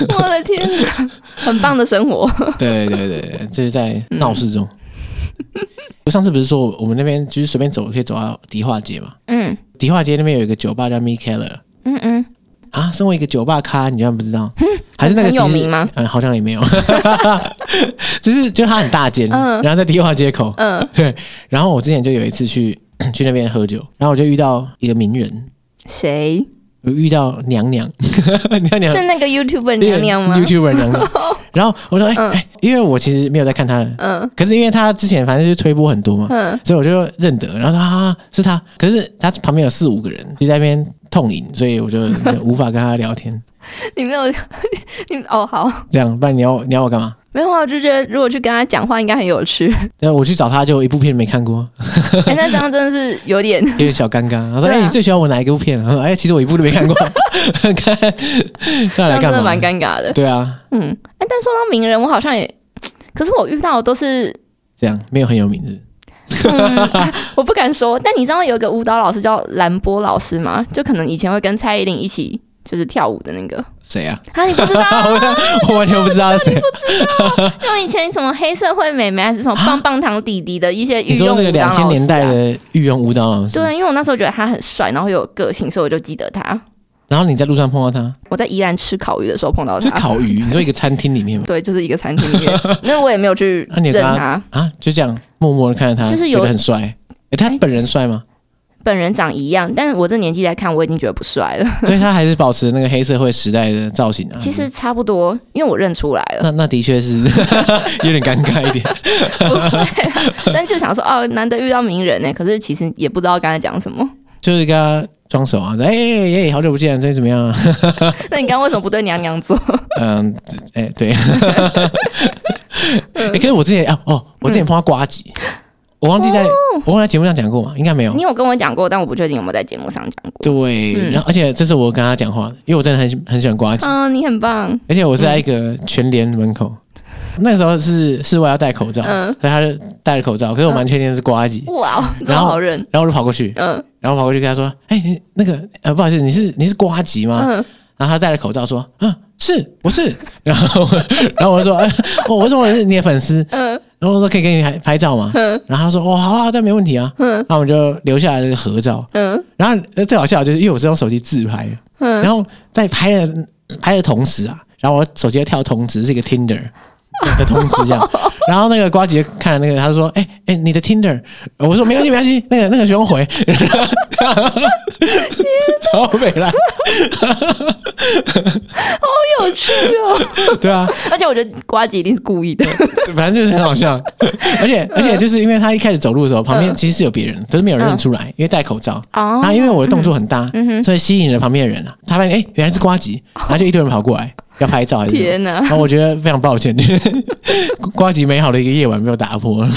我的天哪，很棒的生活，对对对对，这是在嗯闹市中。我上次不是说我们那边就是随便走可以走到迪化街嘛？嗯迪化街那边有一个酒吧叫 m i k e l l e r 嗯嗯，啊，身为一个酒吧咖，你居然不知道？还是那个很有其实名吗？嗯，好像也没有， 只是就它很大间，嗯然后在迪化街口，嗯， 对。然后我之前就有一次去 去那边喝酒，然后我就遇到一个名人，谁我遇到娘娘， 娘娘嗯是那个哎 YouTube 娘娘吗？ ？YouTuber 娘 娘。然后我说，哎、哎因为我其实没有在看她的，嗯可是因为她之前反正就是推播很多嘛，嗯，所以我就认得，然后说啊是他，可是他旁边有四五个人就在那边痛饮，所以我就无法跟他聊天。 你没有， 你哦好，这样，不然你要你要我干嘛？没有啊，我就觉得如果去跟他讲话应该很有趣， 那我去找他，就一部片没看过，哎、那这样真的是有点，有点小尴尬。他说：“对哎、啊你最喜欢我哪一部片？”然后哎，其实我一部都没看过， 看那这来干样真的嘛蛮？尴尬的，对啊，嗯，哎、但说到名人，我好像也，可是我遇到的都是这样没有很有名字。嗯，我不敢说，但你知道有一个舞蹈老师叫兰波老师吗？就可能以前会跟蔡依林一起就是跳舞的那个谁 啊？ 啊，你不知道？我我完全不知道是谁。就以前什么黑社会美眉还 是什么棒棒糖弟弟的一些你御说用这舞个蹈两老师、千啊。年代的御用舞蹈老师？对，因为我那时候觉得他很帅，然后又有个性，所以我就记得他。然后你在路上碰到他，我在宜兰吃烤鱼的时候碰到是他，烤 鱼，你说一个餐厅里面吗？对，就是一个餐厅里 面，那我也没有去那你有认跟他他，啊，就这样默默的看着他，就是有觉得很帅。诶，他哎本人帅 吗？本人长一样，但是我这年纪来看，我已经觉得不帅了。所以他还是保持那个黑社会时代的造型啊。其实差不多，因为我认出来了，那那的确是 有点尴尬 一点。不会啊但就想说哦，难得遇到名人呢、欸可是其实也不知道刚才讲什么。 就是跟他装熟啊，哎哎哎，好久不见，最近怎么样啊？那你刚刚为什么不对娘 娘做？ 嗯，哎、对，哎、可是我之前啊，哦，我嗯之前碰到瓜吉，我忘记哦在、我忘了节目上讲过嘛，应该没有你。有跟我讲过，但我不确定有没有在节目上 讲过。对，嗯然后而且这是我跟他讲话的，因为我真的很很喜欢瓜吉，嗯、你很 棒。而且我是在一个全联门口，那个时候是室外要戴口罩，嗯所以他就戴了口罩，可是我蛮确定是瓜吉，哇哦，这么然后好认。然后我就跑过去，嗯然后跑过去跟他说，哎、你那个呃，不好意思，你是你是瓜吉吗？嗯，然后他戴了口罩说：“嗯，是，我是。” 然后我，然后我就说：“哎我我说我是你的粉丝。”嗯，然后我说：“可以给你拍拍照吗？”然后他说：“哦，好啊，但没问题啊。”嗯，然后我们就留下来这个合照。嗯，然后呃最好笑的就是因为我是用手机自拍的，然后在拍的拍的同时啊，然后我手机就跳通知，是一个 Tinder 的通知这样。然后那个瓜姐看了那个，他就说：“哎、哎、你的 Tinder？” 我说：“没关系，没关系，那个那个学生回。” 超美啦，好有趣哦。 对啊。而且我觉得瓜吉一定是故 意的。反正就是很好笑，而且而且就是因为他一开始走路的时候，旁边其实是有别人，可是没有人认出来，因为戴口罩。哦嗯然后啊因为我的动作很大，所以吸引了旁边的人啊。他发现哎、诶原来是瓜吉，然后就一堆人跑过来要拍照还是什么哦天哪然后我觉得非常抱歉， 就是瓜吉美好的一个夜晚没有打破。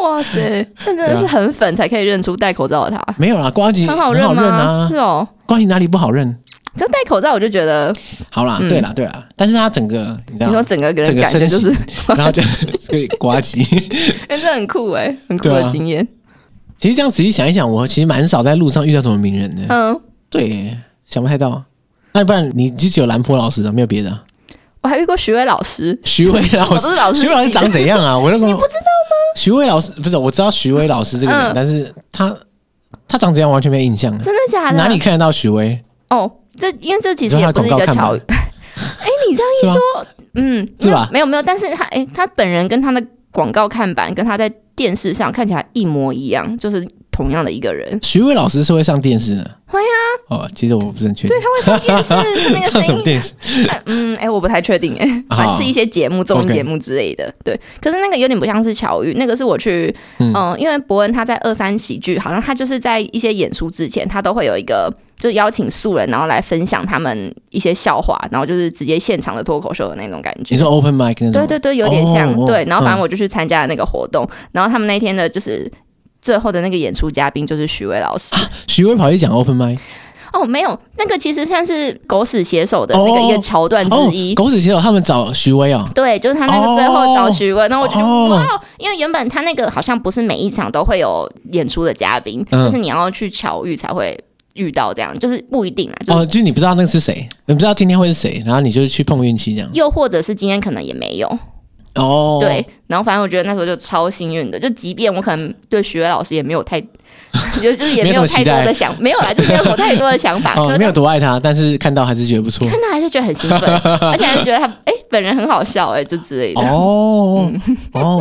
哇塞，那真的是很粉才可以认出戴口罩的他，没有啦，瓜吉很好认吗？啊是，哦，瓜吉哪里不好认？就戴口罩我就觉得，好啦，嗯对啦对啦，但是他整个你知你说道，整个啊整人个感觉身就是形， 然后就所以瓜吉。 哎，这很酷哎，很酷对的啊经验。其实这样仔细想一想，我其实蛮少在路上遇到什么名人的。嗯，对啊耶，想不太到。那不然你就只有兰坡老师的，没有别的啊、我还遇过徐伟老师，徐伟老我师都，是老哦徐师自己伟的，老师长怎样啊？我那个你不知道，徐伟老师不是，我知道徐伟老师这个人，嗯但是他他长怎样完全没印象。啊真的假的？哪里看得到徐威？哦，这因为这其你实说他也的不广是一告个看巧板语。哎，你这样是一吗？说，嗯，是吧没有没有没有，但是他哎，他本人跟他的广告看板跟他在电视上看起来一模一样，就是同样的一个人。徐威老师是会上电视的。会啊。哦，其实我不是很确定对，。他会上电 视，他那个上什么声音啊电视？嗯，哎、我不太确定、哎，好反正是一些节目、综艺啊 OK 节目之类的。对，可是那个有点不像是巧遇，那个是我去，嗯嗯、因为伯恩他在二三喜剧，好像他就是在一些演出之前，他都会有一个。就邀请素人，然后来分享他们一些笑话，然后就是直接现场的脱口秀的那种感觉。你说 open mic 那种？对对对，有点哦像。哦对，然后嗯反正我就去参加了那个活动，然后他们那天的就是最后的那个演出嘉宾就是徐伟老师。徐威跑去讲 open mic。哦，没有，那个其实算是狗屎写手的那个一哦个桥段之哦一。，狗屎写手他们找徐威啊。对，就是他那个最后找徐文，然后我就觉得哦哇哦，因为原本他那个好像不是每一场都会有演出的嘉宾，嗯就是你要去巧遇才会遇到这样，就是不一定啊，就是哦，就是你不知道那是谁，你不知道今天会是谁，然后你就去碰运气这样。又或者是今天可能也没有，哦，对，然后反正我觉得那时候就超幸运的，就即便我可能对徐伟老师也没有 太，就就是也没没什么有太期多待的想，没有啦，就没有什么太多的想法，可哦，是没有多爱他，但是看到还是觉得不错。看到还是觉得很兴奋， 而且还是觉得他哎、本人很好笑哎、就之类的，嗯哦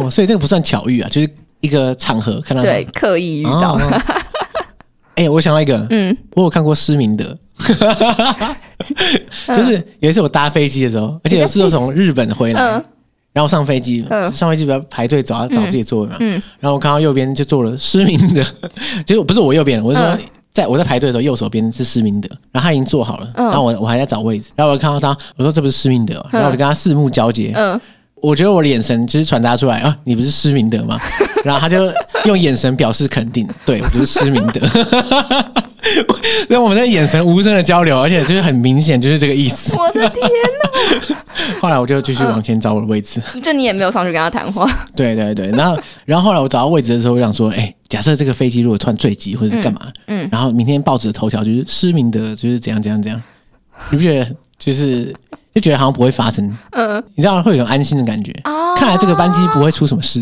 哦，所以这个不算巧遇啊，就是一个场合看到他对，刻意遇哦到，哦哎、我想到一个，嗯我有看过施明 德，就是有一次我搭飞机的时候，而且有次我从日本回来，嗯然后上飞机，嗯上飞机不要排队找找自己座位嘛，嗯然后我看到右边就坐了施明德，结果不是我右边，我是说。嗯在我在排队的时候，右手边是施明德，然后他已经坐好了，嗯然后我我还在找位置，然后我看到他，我说这不是施明德哦吗，然后我就跟他四目交接，嗯， 我觉得我的眼神就是传达出来啊，你不是施明德 吗？然后他就用眼神表示肯定，对我就是施明德。 那我们的眼神无声的交流，而且就是很明显就是这个意 思。我的天哪，后来我就继续往前找我的位置，就你也没有上去跟他谈话。对对对。然后然后后来我找到位置的时候，我想说，哎、假设这个飞机 如果突然坠机或者是干嘛，嗯嗯然后明天报纸的头条就是施明德就是怎样怎样怎样，你不觉得就是就觉得好像不会发生，嗯你知道会有一种安心的感觉。啊看来这个班机不会出什么事，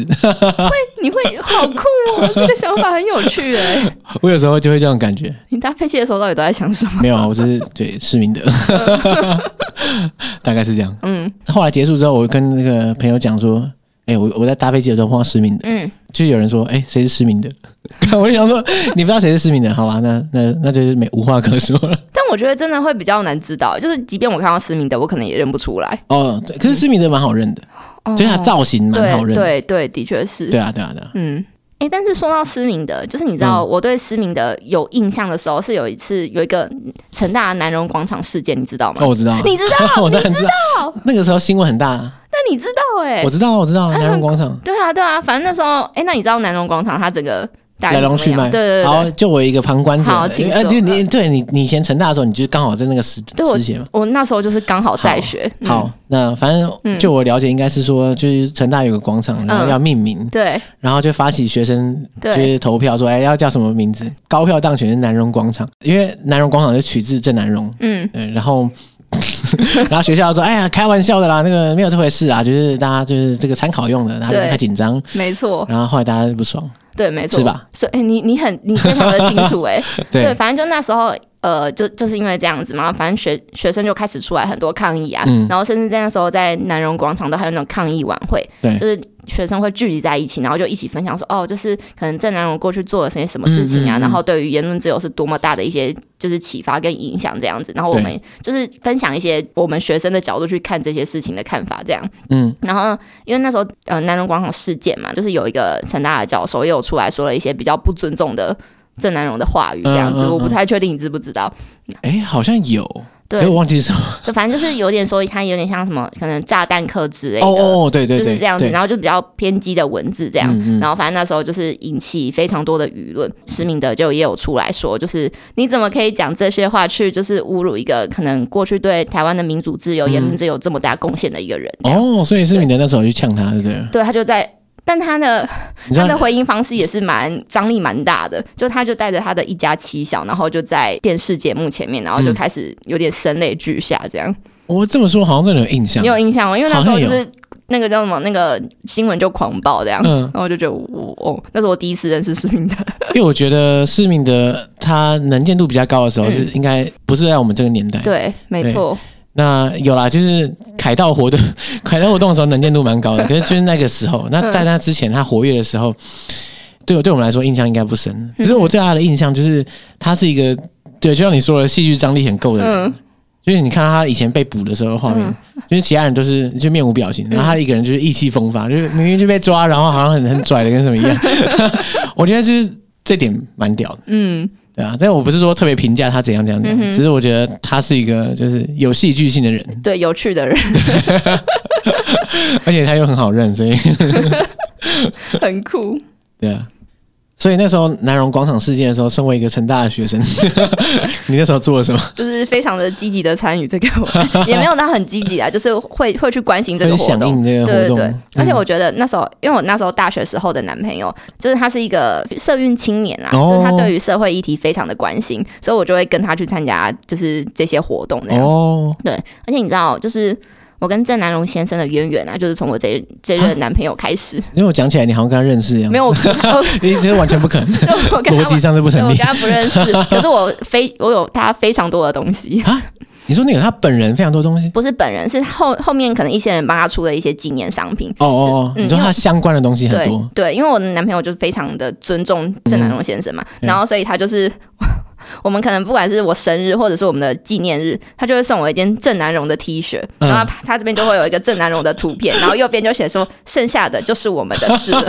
你会 好酷哦，这个想法很有 趣哎。我有时候就会这种感觉。你搭配器的时候到底都在想什么？没有啊，我只是对市民的， 大概是这样。嗯后来结束之后，我跟那个朋友讲说，哎、我我在搭飞机的时候碰到失明的，嗯，就有人说，哎、谁是失明的？ 我就想说，你不知道谁是失明的，好吧，那那那就是没无话可说了。但我觉得真的会比较难知道，就是即便我看到失明的，我可能也认不出来。哦，对可是失明的蛮好认的，哦就是他造型蛮好认对的。对对，的确是。对啊，对啊，对啊。嗯，哎、但是说到失明的，就是你知嗯道我对失明的有印象的时候，是有一次有一个成大的南荣广场事件，你知道吗？哦，我知道啊，你知 道？我当然知道。那个时候新闻很大啊，那你知道哎、我知道啊，我知道啊，南荣广场对啊，对啊，反正那时候，哎、那你知道南荣广场它整个大概来是龙怎去么脉。样对对对好，对，就我一个旁观者。好请呃说就你对你你以前成大的时候，你就刚好在那个时对我时节嘛。我那时候就是刚好在学，嗯好，那反正就我了解，应该是说，就是成大有个广场，然后嗯要命名，对然后就发起学生就对是投票说，哎，要叫什么名字？高票当选是南荣广场，因为南荣广场就取自郑南荣，嗯，嗯，然后。 然后学校说：“哎呀，开玩笑的啦，那个没有这回事啊，就是大家就是这个参考用的，大家不要对太紧张。没”错，然后后来大家就不爽，对，没错，是吧？所以、哎你你很你非常的清楚哎、 对，对，反正就那时候，呃，就就是因为这样子嘛，反正学学生就开始出来很多抗议啊，嗯然后甚至在那时候在南荣广场都还有那种抗议晚会，对就是学生会聚集在一起，然后就一起分享说，哦，就是可能郑南荣过去做了些什么事情嗯啊，嗯嗯然后对于言论自由是多么大的一些就是启发跟影响这样子，然后我们就是分享一些我们学生的角度去看这些事情的看法这样，嗯，然后因为那时候呃南荣广场事件嘛，就是有一个成大的教授也有出来说了一些比较不尊重的郑南荣的话语这样嗯子，嗯嗯我不太确定你知不知道。哎，好像有，可对是，我忘记是什么。就反正就是有点说他有点像什么可能炸弹客之类的。哦哦，哦对对就对，是这样子，对然后就比较偏激的文字这样，嗯嗯然后反正那时候就是引起非常多的舆论，施明德就也有出来说，就是你怎么可以讲这些话去就是侮辱一个可能过去对台湾的民主自由、言论自由这么大贡献的一个人这样？嗯哦，所以是你的那时候去呛他，对不对？对，他就在，但他的你知他的道，回应方式也是蛮张力蛮大的，就他就带着他的一家七小，然后就在电视节目前面，然后就嗯开始有点声泪俱下这样。我这么说好像真的有印象你。有印象吗？因为那时候好像就有是那个叫什么那个新闻就狂爆这样，嗯哎然后我就觉得我哦，那是我第一次认识施明德。因为我觉得市民的他能见度比较高的时候，嗯是应该不是在我们这个年代。对，没错，那有啦，就是凯道活动， 凯道活动的时候能见度蛮高的，可是就是那个时候，那嗯在那之前他活跃的时候，对我对我们来说印象应该不深。只是嗯我对他的印象就是他是一个，对，就像你说的，戏剧张力很够的人。嗯就是你看到他以前被捕的时候的画面，就是其他人都是就面无表嗯情，然后他一个人就是意气风发，就是明明就被抓，然后好像很很拽的跟什么一 样。我觉得就是这点蛮屌的。嗯，对啊，但我不是说特别评价他怎样怎样怎样，嗯哼只是我觉得他是一个就是有戏剧性的 人，对，有趣的人而且他又很好认，所以很酷。对啊。所以那时候南荣广场事件的时候，身为一个成大的学生， 你那时候做了什么？就是非常的积极的参与这个 活动，也没有他很积极啊，就是会会去关心这个很活响动应。这个对活对动，对，而且嗯我觉得那时候，因为我那时候大学时候的男朋友，就是他是一个社运青年啊，哦就是他对于社会议题非常的关心，所以我就会跟他去参加就是这些活动这样。哦，而且你知道，就是我跟郑南荣先生的渊源啊，就是从我这这任男朋友开始，因为我讲起来你好像跟他认识一样，没有我 跟他，我你这完全不可能，就我跟 逻他辑上是不对成我跟立他不认识，可是我非我有他非常多的东西。啊！你说你有他本人非常多东西，不是本人，是后后面可能一些人帮他出了一些纪念商品，哦哦哦，嗯你说他相关的东西很对多，对，因为我的男朋友就非常的尊重郑南榕先生嘛，嗯然后所以他就是。我们可能不管是我生日或者是我们的纪念日，他就会送我一件郑南榕的 T 恤，嗯然后他他这边就会有一个郑南榕的图片，然后右边就写说剩下的就是我们的 事了。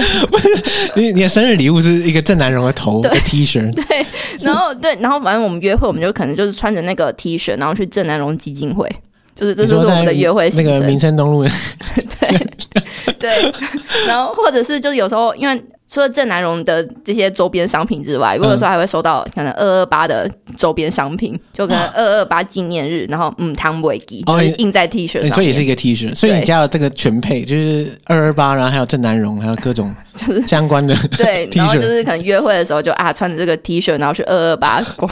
你你的生日礼物是一个郑南荣的头的 T 恤，对，然后对，然后反正我们约会，我们就可能就是穿着那个 T 恤，然后去郑南榕基金会，就是 这你就是说我们在的约会那行个程 民。生东路的对，然后或者是就是有时候因为除了郑南荣的这些周边商品之外，我嗯有时候还会收到可能二二八的周边商品，就可能二二八纪念日，然后嗯，汤维基哦就是印在 T 恤欸上所以也面，是一个 T 恤，所以你对家有这个全配，就是二二八，然后还有郑南荣，还有各 种相关的对， T 然后就恤，是可能约会的时候就啊穿着这个 T 恤，然后去二二八 馆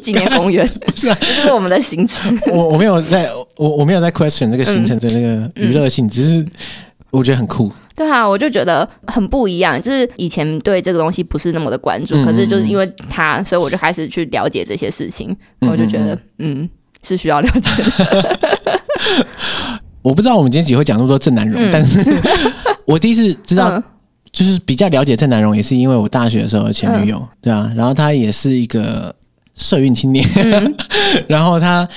纪念公园，是啊这是我们的行程。 我我没有在，我我没有在 question 这个行嗯程的那个娱乐性，只是我觉得很酷。对啊，我就觉得很不一样，就是以前对这个东西不是那么的关注，嗯可是就是因为它，所以我就开始去了解这些事情，嗯我就觉得嗯是需要了解的。我不知道我们今天几会讲那么多郑南荣，嗯但是 我第一次知道，嗯就是比较了解郑南荣，也是因为我大学的时候的前女友，嗯对啊，然后她也是一个社运青年，嗯 然后她。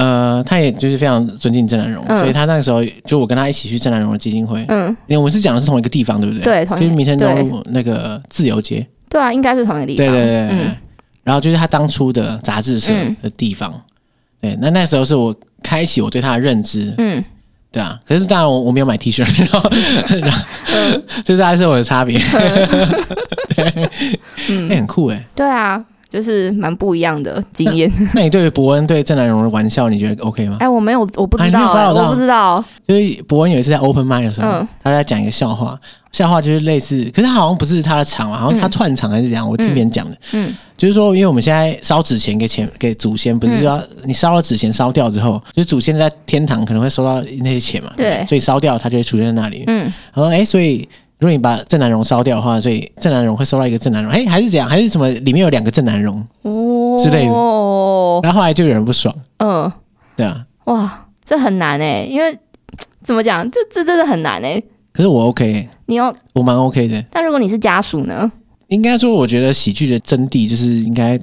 呃，她也就是非常尊敬郑南荣，嗯所以她那个时候就我跟她一起去郑南荣的基金会，嗯，因为我们是讲的是同一个地方，对不对？对同一就是民生对东路那个自由街，对啊，应该是同一个地对方。对对对。嗯然后就是他当初的杂志社的地方，对，那那时候是我开启我对他的认知，嗯对啊。可是当然我我没有买 T 恤，然后然后嗯这大概是我的差别， 那、嗯，很酷哎、对啊，就是蛮不一样的经 验。那你对于伯恩对郑南荣的玩笑，你觉得 OK 吗？哎，我没有，我不知哎你没有道，哎 follow 到我不知道。就是伯恩有一次在 Open Mind 的时候，嗯他在讲一个笑话，笑话就是类似，可是他好像不是他的场啊嘛，好像他串场还是怎样，我听别人讲的。嗯就是说，因为我们现在烧纸钱给钱给祖先，不是嗯说你烧了纸钱烧掉之后，就是祖先在天堂可能会收到那些钱嘛，对不所以烧掉它就会出现在那里。嗯，然后哎，诶所以如果你把郑南榕烧掉的话，所以郑南榕会收到一个郑南榕，哎，还是怎样，还是什么里面有两个郑南榕，哦之类的的。然后后来就有人不爽，哦嗯，对啊，哇，这很难哎，因为怎么讲，这这真的很难哎。可是我 OK，你要，我蛮 OK 的。但如果你是家属呢？应该说，我觉得喜剧的真谛就是应该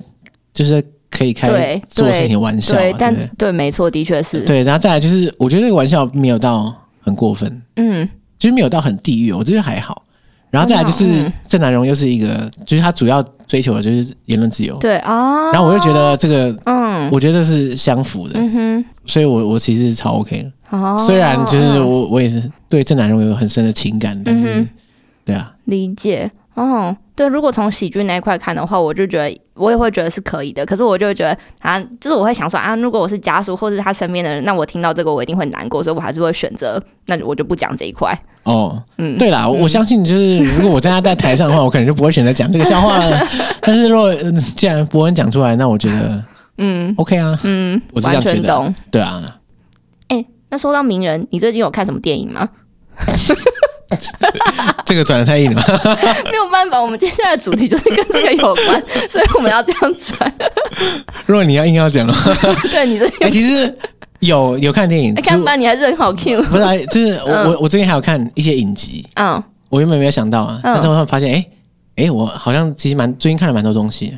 就是可以开对做事情的玩笑嘛，对，但啊对不对，没错，的确是对。对，然后再来就是，我觉得这个玩笑没有到很过分。嗯，就是没有到很地狱，我觉得还好。然后再来就真的是哦郑南荣又是一个，就是他主要追求的就是言论自由。对啊。然后我就觉，得这个，嗯我觉得是相符的，嗯哼。所以我我其实是超 OK 的。哦，虽然就是嗯我我也是对郑南荣有很深的情感，但是、嗯哼对啊，理解哦，对，如果从喜剧那一块看的话，我就觉得我也会觉得是可以的。可是我就会觉得啊，就是我会想说啊，如果我是家属或是他身边的人，那我听到这个我一定会难过，所以我还是会选择，那我就不讲这一块。哦，嗯， 对啦，我我相信就是如果我站在台上的话，我可 能就不会选择讲这个笑话了。但是如果嗯既然伯恩讲出来，那我觉得嗯 OK 啊，嗯，我是这完样觉全得啊懂。对啊，那说到名人，你最近有看什么电影吗？ 这个转的太硬了吧。 没有办法，我们接下来的主题就是跟这个有 关，所以我们要这样转。如果你要硬要讲的话对你这哎、其实有有看电影，哎其实看吧，你还是很好 Q。不是啊，就是我、嗯我我最近还有看一些影集，嗯，我原本没有想到啊，嗯但是我会发现，哎、哎、我好像其实蛮最近看了蛮多东西，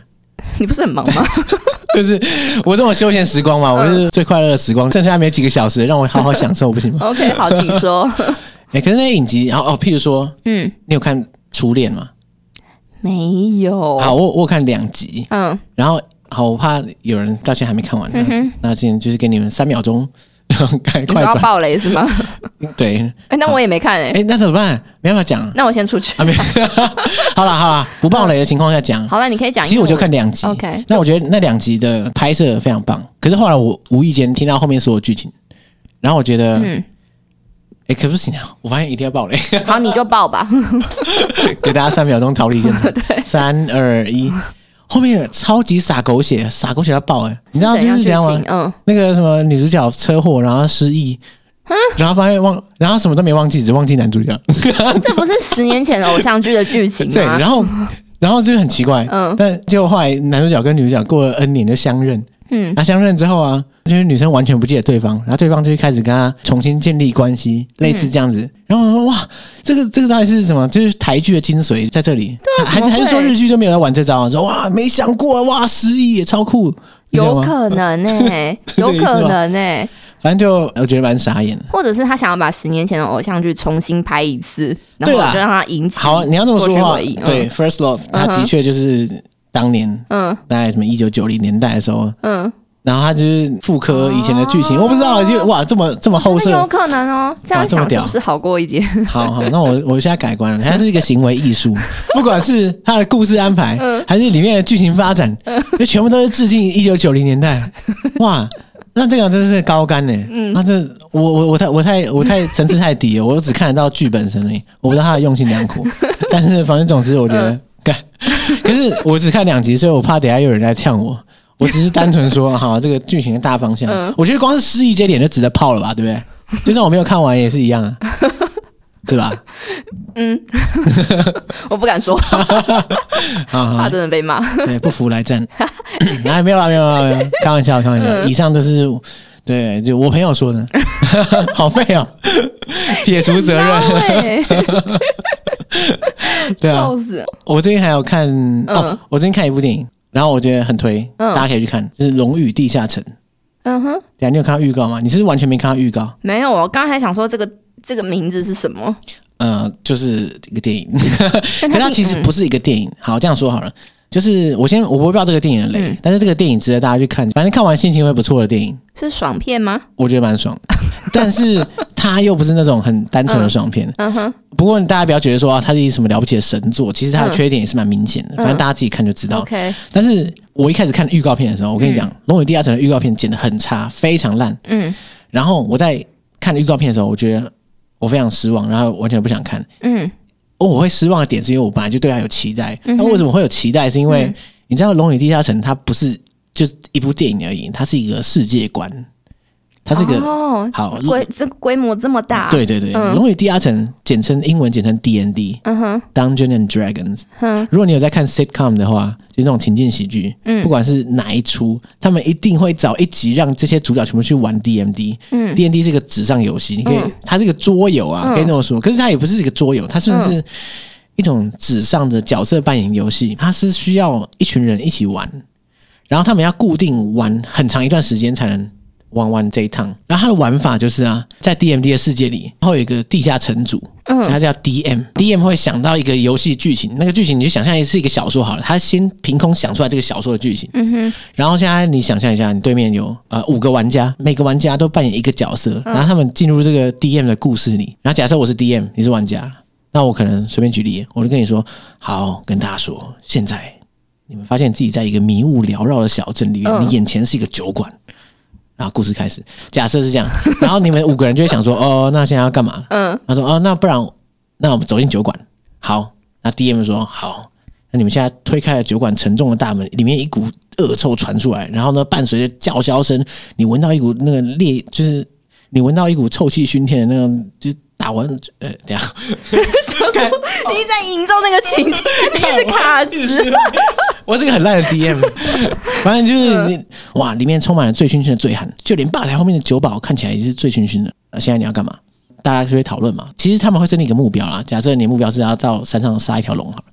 你不是很忙吗？ 就是我这种休闲时光嘛，嗯我就是最快乐的时光，剩下没几个小时，让我好好享受，不行 吗？ OK，好，请 说。哎、可是那些影集，然后哦，譬如说，嗯，你有看《初恋》吗？没有。好，，我我有看两集，嗯然后好，我怕有人到现在还没看完，嗯哼。那今天就是给你们三秒钟， 然后赶你说快要转，爆 雷是吗？对，哎、那我也没看哎、哎、那怎么办？没办法讲啊。那我先出去。啊，没 有，好了好了，不暴雷的情况下讲。好了，你可以讲。其实我就看两集 OK 那我觉得那两集的拍摄非常棒。可是后来我无意间听到后面所有剧情，然后我觉得，哎、嗯，可不行啊！我发现一定要暴雷， 好，你就报吧。给大家三秒钟逃离现 场。三二一，后面超级洒狗血，洒狗血到爆哎、 你知道就是怎怎样样吗剧？情？嗯，那个什么女主角车祸，然后失忆，啊然后发现忘，然后什么都没忘记，只忘记男 主角。这不是十年前的偶像剧的剧情 对，吗？然后然后就是很奇怪，嗯但结果后来男主角跟女主角过了 N 年就相认，嗯，那相认之后啊，就是女生完全不记得对方，然后对方就开始跟他重新建立关系，类似这样嗯子。然后我说哇，这个这个到底是什么？就是台剧的精髓在这里，对还是啊怎么还会是说日剧就没有来玩这招啊？说哇，没想过啊哇，失忆也超酷，你知道有吗？可能哎、是 这有个意思吗可能哎、反正就我觉得蛮傻眼的。或者是他想要把十年前的偶像剧重新拍一次，然对后啦就让他引起。好，你要这么说的话过去回忆，嗯对，First Love，他嗯的哼确就是当年嗯大概什么一九九零年代的时候，嗯，然后他就是复刻以前的剧情，我不知道，就哇这么这么后那有设，可能哦，这样啊哇这么想是屌不是好过一点？ 好好，那我我现在改观了，它是一个行为艺术，不管是它的故事安排，还是里面的剧情发展，就全部都是致敬一九九零年代，哇。那这个真是高干呢、嗯，那这我我我太我太我太层次太低了，我只看得到剧本而已，我不知道他的用心良苦。但是反正总之，我觉得干、 可是我只看两集，所以我怕等一下有人来呛我。我只是单纯说， 好，这个剧情的大方向，嗯我觉得光是失忆这点就值得泡了吧，对不对？就算我没有看完也是一样啊，对吧？我不敢说，啊，怕好真的被骂。对，不服来 战。哎，没有啦，没有啦，没有啦，开玩笑，开玩笑。嗯以上都是对，就我朋友 说的，好废哦，撇除 责任，任， 对啊。笑死！我最近还有看、哦嗯，我最近看一部电影，然后我觉得很推，嗯大家可以去看，就是《龙与地下城》。嗯哼，对啊，你有看到预告吗？你是不是完全没看到预告？没有，我刚才想说这个这个名字是什么，呃，就是一个电 影，但可它其实嗯不是一个电影。好，这样说好了，就是我先我不会爆这个电影的雷，嗯但是这个电影值得大家去看，反正看完心情会不错的电影，是爽片吗？我觉得蛮爽。 但是它又不是那种很单纯的爽片。嗯哼不过大家不要觉得说啊，它是什么了不起的神作，其实它的缺点也是蛮明显的，嗯反正大家自己看就知道。 ，OK，但是我一开始看预告片的时候，我跟你讲，龙与地下城》的预告片剪得很差，非常烂。嗯然后我在看预告片的时候，我觉得我非常失望，然后完全不想看。嗯哦，我会失望的点是因为我本来就对它有期待。那、嗯哼为什么会有期待？是因为、嗯你知道《龙与地下城》它不是就一部电影而已，它是一个世界观，它是一个、哦，好。规这个规模这么大，，对对对，嗯《龙与地下城》简称英文简称 D N D 嗯哼 Dungeon and Dragons。哼，如果你有在看 sitcom 的话，就那种情境喜剧，嗯不管是哪一出，他们一定会找一集让这些主角全部去玩 D N D。嗯 D N D 是一个纸上游戏，你可以，嗯它是一个桌游啊，嗯可以这么说。可是它也不是一个桌游，它甚至是一种纸上的角色扮演游戏，它是需要一群人一起玩，然后他们要固定玩很长一段时间才能。玩完这一趟，然后它的玩法就是啊，在 D M D 的世界里，会有一个地下城主，所以它嗯叫 DM。DM 会想到一个游戏剧情，那个剧情你就想象是一个小说好了，他先凭空想出来这个小说的剧情，嗯哼，然后现在你想象一下，你对面有呃五个玩家，每个玩家都扮演一个角色，然后他们进入这个 DM 的故事里。然后假设我是 DM，你是玩家，那我可能随便举例，我就跟你说，好，跟大家说，现在你们发现自己在一个迷雾缭绕的小镇里面，嗯你眼前是一个酒馆。然后故事开始，假设是这样，然后你们五个人就会想说，哦，那现在要干嘛？嗯他说：“哦，那不然，那我们走进酒馆。”好，那 DM 说：“好，那你们现在推开了酒馆沉重的大门，里面一股恶臭传出来，然后呢，伴随着叫嚣声，你闻到一股那个烈，就是你闻到一股臭气熏天的那种，就是打完呃，等一下，想说 你一直在营造那个情境，哦你一直卡词，我是个很烂的 DM，反正就是你哇，里面充满了醉醺醺的醉汉，就连吧台后面的酒保看起来也是醉醺醺的。那、现在你要干嘛？大家就会讨论嘛。其实他们会设定一个目标啦，假设你的目标是要到山上杀一条龙好了，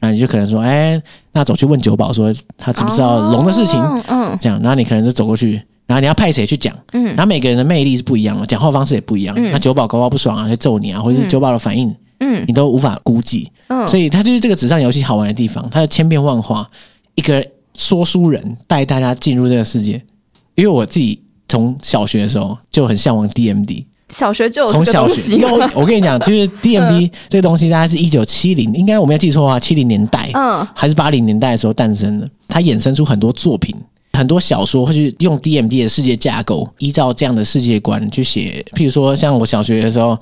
那你就可能说，哎、那走去问酒保说他知不知道龙的事情，哦嗯这样，然后你可能就走过去，然后你要派谁去讲，嗯然后每个人的魅力是不一样的，讲话方式也不一样。那酒保搞不好不爽啊，就揍你啊，或者是酒保的反应，嗯你都无法估计。嗯，所以它就是这个纸上游戏好玩的地方，它的千变万化，一个说书人带大家进入这个世界。因为我自己从小学的时候就很向往 DMD，小学就有从哦这个小东学西有吗，我跟你讲，就是 DMD 这个东西，大概是一九七零，应该我没有记错的话，七零年代 嗯还是八零年代的时候诞生的，它衍生出很多作品。很多小说会去用 DMD 的世界架构，依照这样的世界观去写。譬如说，像我小学的时候，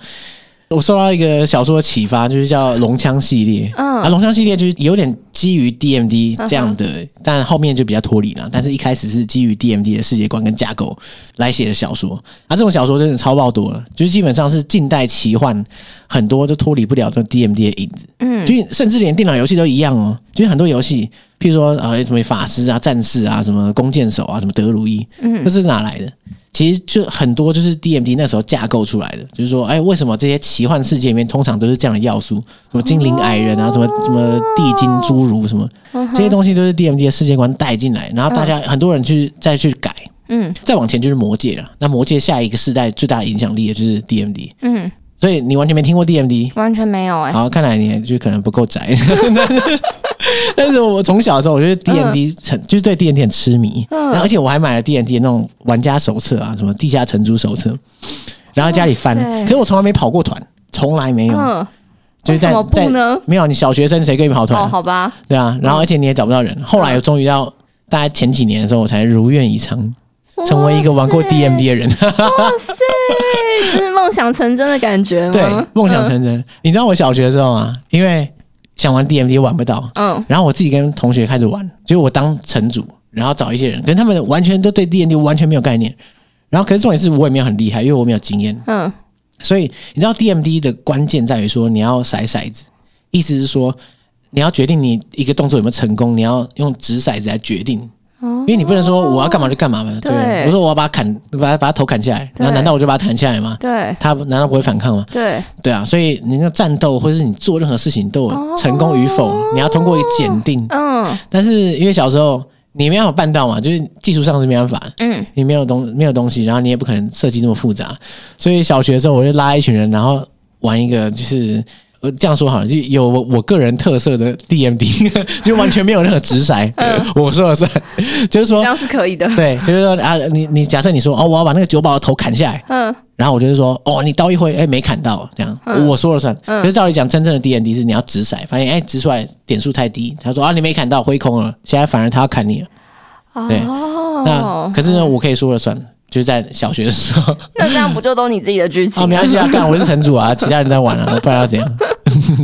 我受到一个小说的启发，就是叫《龙枪》系列。嗯啊，龙枪系列就是有点基于 DMD 这样的，但后面就比较脱离了。但是一开始是基于 DMD 的世界观跟架构来写的小说，啊，这种小说真的超爆多了，就是基本上是近代奇幻，很多都脱离不了这 DMD 的影子，嗯就甚至连电脑游戏都一样哦，就是很多游戏，譬如说呃什么法师啊、战士啊、什么弓箭手啊、什么德鲁伊，嗯那是哪来的？其实就很多就是 DMD 那时候架构出来的，就是说，哎，为什么这些奇幻世界里面通常都是这样的要素？什么精哦灵矮人啊，什么什么地精侏儒什么，嗯这些东西都是 DMD 的世界观带进来，然后大家很多人去再去改，嗯再往前就是魔界了。那魔界下一个世代最大的影响力也就是 DMD。嗯所以你完全没听过 DMD。完全没有哎、好，看来你就可能不够宅， 但是但是我从小的时候，我觉得 D N 嗯 D 很、就是对 D N D 很痴迷，然后而且我还买了 D N D 那种玩家手册啊，什么地下城主手册，然后家里翻哇，塞可是我从来没跑过团，从来没有，嗯，就是在为什么在不呢？哦没有你小学生谁跟你跑团、哦，好嗯吧，对啊，然后而且你也找不到人，后来我终于到大概前几年的时候，我才如愿以偿，成为一个玩过 D M D 的人。哇塞，这是梦想成真的感觉 吗？对，梦想成真。你知道我小学的时候啊，因为想玩 DMD 玩不到，嗯，嗯，然后我自己跟同学开始玩，就是我当城主，然后找一些人，跟他们完全都对 DMD 完全没有概念。然后，可是重点是我也没有很厉害，因为我没有经验。嗯，所以你知道 DMD 的关键在于说你要骰骰子，意思是说你要决定你一个动作有没有成功，你要用掷骰子来决定。嗯因为你不能说我要干嘛就干嘛嘛，对不对对我说我要把它砍，把它把它头砍下来，对那难道我就把它砍下来吗？对他难道不会反抗吗？对，对啊，所以你那个战斗或者是你做任何事情都有成功与否，哦你要通过一个检定。嗯但是因为小时候你没办法办到嘛，就是技术上是没办法，嗯，你没有东没有东西，然后你也不可能设计这么复杂。所以小学的时候我就拉一群人，然后玩一个就是。呃，这样说好了，就有我我个人特色的 DMD，就 完全没有任何直骰，我说了算，就是这说，样是可以的，对，就是说啊，你你假设你说哦，我要把那个酒保的头砍下来，嗯然后我就是说，哦，你刀一挥，哎、没砍到，这样、我说了算。可是照理讲，真正的 D N D 是你要直骰，发现哎、直出来点数太低，他说啊，你没砍到，挥空了，现在反而他要砍你了。对哦那，可是呢，我可以说了算，就是在小学的时 候啊，那这样不就都你自己的剧情？没关系啊，干我是城主啊，其他人在玩 啊，不然要怎样？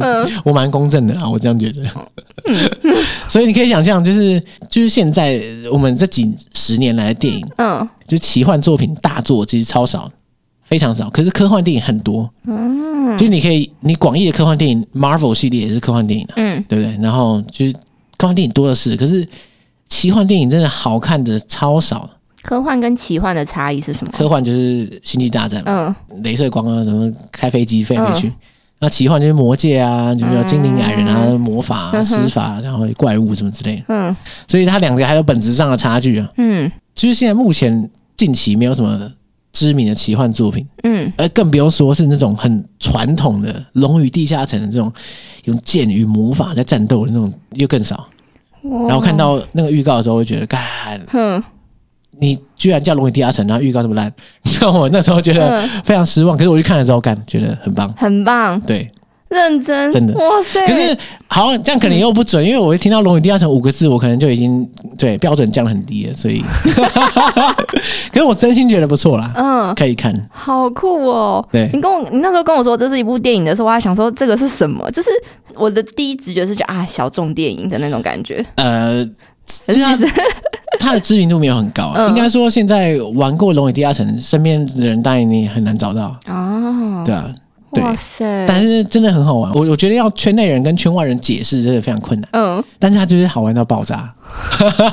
我蛮公正的啊，我这样觉得。嗯 所以你可以想象，就是就是现在我们这几十年来的电影，嗯，就奇幻作品大作其实超少，非常少。可是科幻电影很多，嗯，就你可以，你广义的科幻电影，Marvel 系列也是科幻电影、啊、嗯对不对？然后就是科幻电影多的是，可是奇幻电影真的好看的超少。科幻跟奇幻的差异是什么？科幻就是《星际大战》嘛，嗯，镭、射光啊，什么开飞机飞来飞去。那奇幻就是魔界啊，就是有精灵、矮人啊、魔法、啊、嗯哼施法，然后怪物什么之类的。嗯所以它两个还有本质上的差距啊。嗯就是现在目前近期没有什么知名的奇幻作品，嗯，而更不用说是那种很传统的《龙与地下城》的这种用剑与魔法在战斗的那种又更少。然后看哦，到那个预告的时候，我就觉得，干，哼你居然叫《龙与地下城》，然后预告这么烂， 让我那时候觉得嗯，非常失望。可是我去看了之后，干，觉得很棒。很棒，对，认真，真的哇塞，可是好，这样可能又不准，因为我一听到“龙与地下城”五个字，我可能就已经对标准降得很低了，所 以，可是我真心觉得不错啦，嗯，可以看。好酷哦！对你跟我，你那时候跟我说这是一部电影的时候，我还想说这个是什么？就是我的第一直觉是觉得啊，小众电影的那种感觉。呃，嗯可其实它是其实，它的知名度没有很高、啊，嗯应该说现在玩过《龙与地下城》，身边的人当然你很难找到，哦，对啊，对哇塞，但是真的很好玩。我我觉得要圈内人跟圈外人解释真的非常困难，嗯但是它就是好玩到爆炸。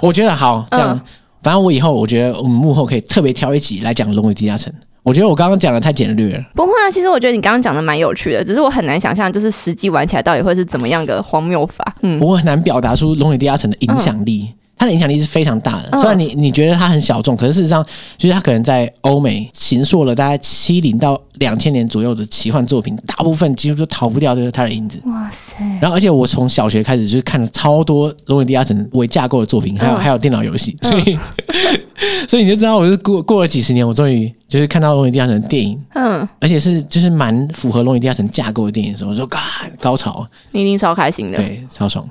我觉得好这样，嗯反正我以后我觉得我们幕后可以特别挑一集来讲《龙与地下城》。我觉得我刚刚讲的太简略了，不会啊，其实我觉得你刚刚讲的蛮有趣的，只是我很难想象，就是实际玩起来到底会是怎么样个荒谬法。嗯我很难表达出《龙与地下城》的影响力。它的影响力是非常大的，嗯虽然你你觉得它很小众，可是事实上，就是它可能在欧美行塑了大概七零到两千年左右的奇幻作品，大部分几乎都逃不掉这个它的影子。哇塞，然后，而且我从小学开始就是看了超多《龙与地下城》为架构的作品，还有、嗯还有电脑游戏，所以、 所以你就知道，我是过过了几十年，我终于就是看到《龙与地下城》的电影，嗯，而且是就是蛮符合《龙与地下城》架构的电影的时候，我说嘎高潮，你一定超开心的。对，超爽。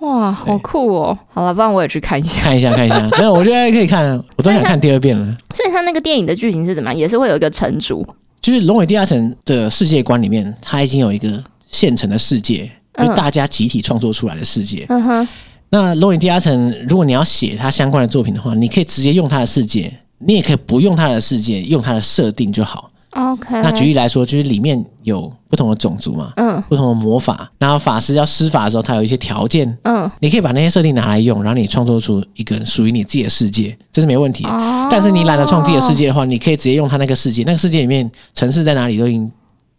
哇，好酷哦！好了，不然我也去看一下。看一下，看一下，但是我觉得可以看，啊我都想看第二遍了。 所以他那个电影的剧情是怎么样？也是会有一个城主，就是《龙与地下城》的世界观里面，它已经有一个现成的世界，就嗯是大家集体创作出来的世界。嗯哼，那《龙与地下城》，如果你要写它相关的作品的话，你可以直接用它的世界，你也可以不用它的世界，用它的设定就好。 OK，那举例来说，就是里面有不同的种族嘛，嗯不同的魔法，然后法师要施法的时候，它有一些条件。嗯，你可以把那些设定拿来用，然后你创作出一个属于你自己的世界，这是没问题的。哦但是你懒得创自己的世界的话，你可以直接用它那个世界，那个世界里面城市在哪里都已经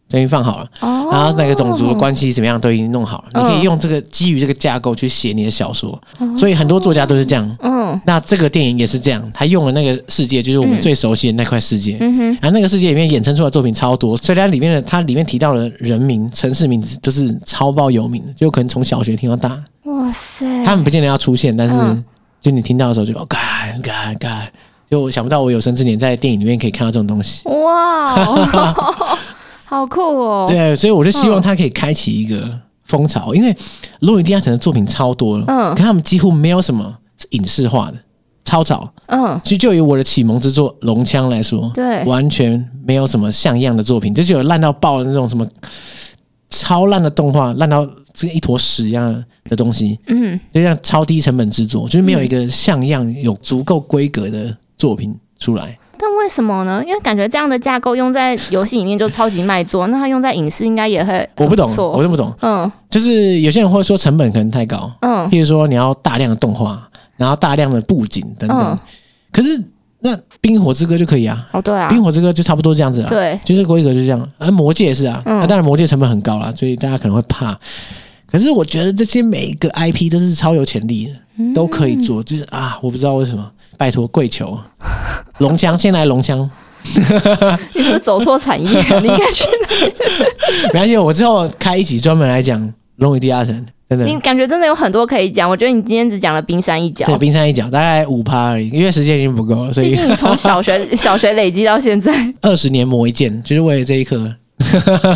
都已经放好了，哦然后那个种族的关系怎么样都已经弄好了，你嗯哦可以用这个基于这个架构去写你的小说，所以很多作家都是这样。嗯那这个电影也是这样，他用了那个世界，就是我们最熟悉的那块世界。嗯哼，然后那个世界里面衍生出来的作品超多，所以它里面的它里面提到的人名、城市名字都是超爆有名的，就可能从小学听到大。哇塞，他们不见得要出现，但是哎嗯就你听到的时候就哦，干干干，就我想不到我有生之年在电影里面可以看到这种东西。哇 哦，好酷哦！对，所以我就希望它可以开启一个风潮，因为罗尼·迪亚城的作品超多了，嗯可他们几乎没有什么是影视化的，超早。嗯，其实就以我的启蒙之作《龙枪》来说，对，完全没有什么像样的作品，就是有烂到爆的那种什么超烂的动画，烂到这个一坨屎一样的东西，嗯就像超低成本制作，就是没有一个像样、有足够规格的作品出来。但为什么呢？因为感觉这样的架构用在游戏里面就超级卖座， 那它用在影视应该也会我不懂，呃错我真不懂，嗯就是有些人会说成本可能太高，嗯譬如说你要大量的动画，然后大量的布景等等。嗯，可是那《冰火之歌》就可以啊，哦对啊《冰，火之歌》就差不多这样子啊。对，就是规格就是这样。而、魔界也是啊，那、嗯当然魔界成本很高啦，所以大家可能会怕。可是我觉得这些每一个 IP 都是超有潜力的，嗯都可以。做。就是啊，我不知道为什么，拜托跪求龙枪，先来龙枪，你是不是走错产业？ 你应该去，没关系，我之后开一集专门来讲《龙与地下城》，真的。你感觉真的有很多可以讲。我觉得你今天只讲了冰山一角，对，冰山一角，大概五趴而已，因为时间已经不够了，所毕以竟你从小学 小学累积到现在， 二十年磨一剑，就是为了这一刻。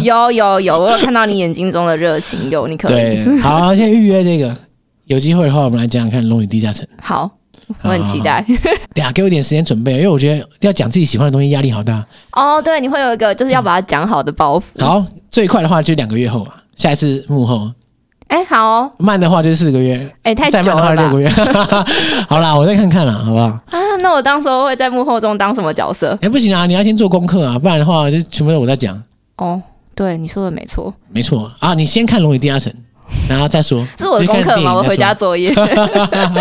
有有有，我有看到你眼睛中的热情，有你可以，对，好，先预约这个，有机会的话，我们来讲讲看《龙与地下城》。好，我很期待。等一下给我一点时间准备，因为我觉得要讲自己喜欢的东西压力好大。哦，对，你会有一个就是要把它讲好的包袱。，好，最快的话就两个月后啊，下一次幕后；哎，好哦，慢的话就四个月，哎，太久再慢的话了就吧六个？月。 好啦，我再看看啦，好不好？啊，那我当时候会在幕后中当什么角色？哎、不行啊，你要先做功课啊，不然的话就全部都我在讲。哦，对，你说的没错，没错啊，你先看《龙与地下 城》，然后再说。这是我的就看功课电吗？影我再回说家作业。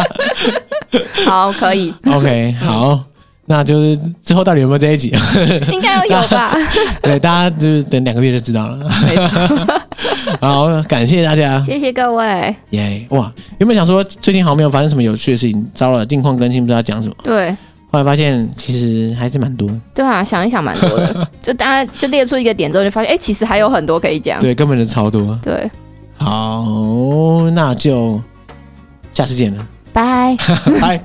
好，可以， OK，好，那就是之后到底有没有这一集？ 应该要有吧？对，大家就是等两个月就知道了。没错， 好，感谢大家，谢谢各位。耶、哇，原本想说最近好像没有发生什么有趣的事情，糟了，近况更新不知道讲什么。对后来发现其实还是蛮多，对啊，想一想蛮多的，就大家就列出一个点之后，就发现哎，其实还有很多可以讲。对，根本就超多。对，好， 那就下次见了，拜。拜。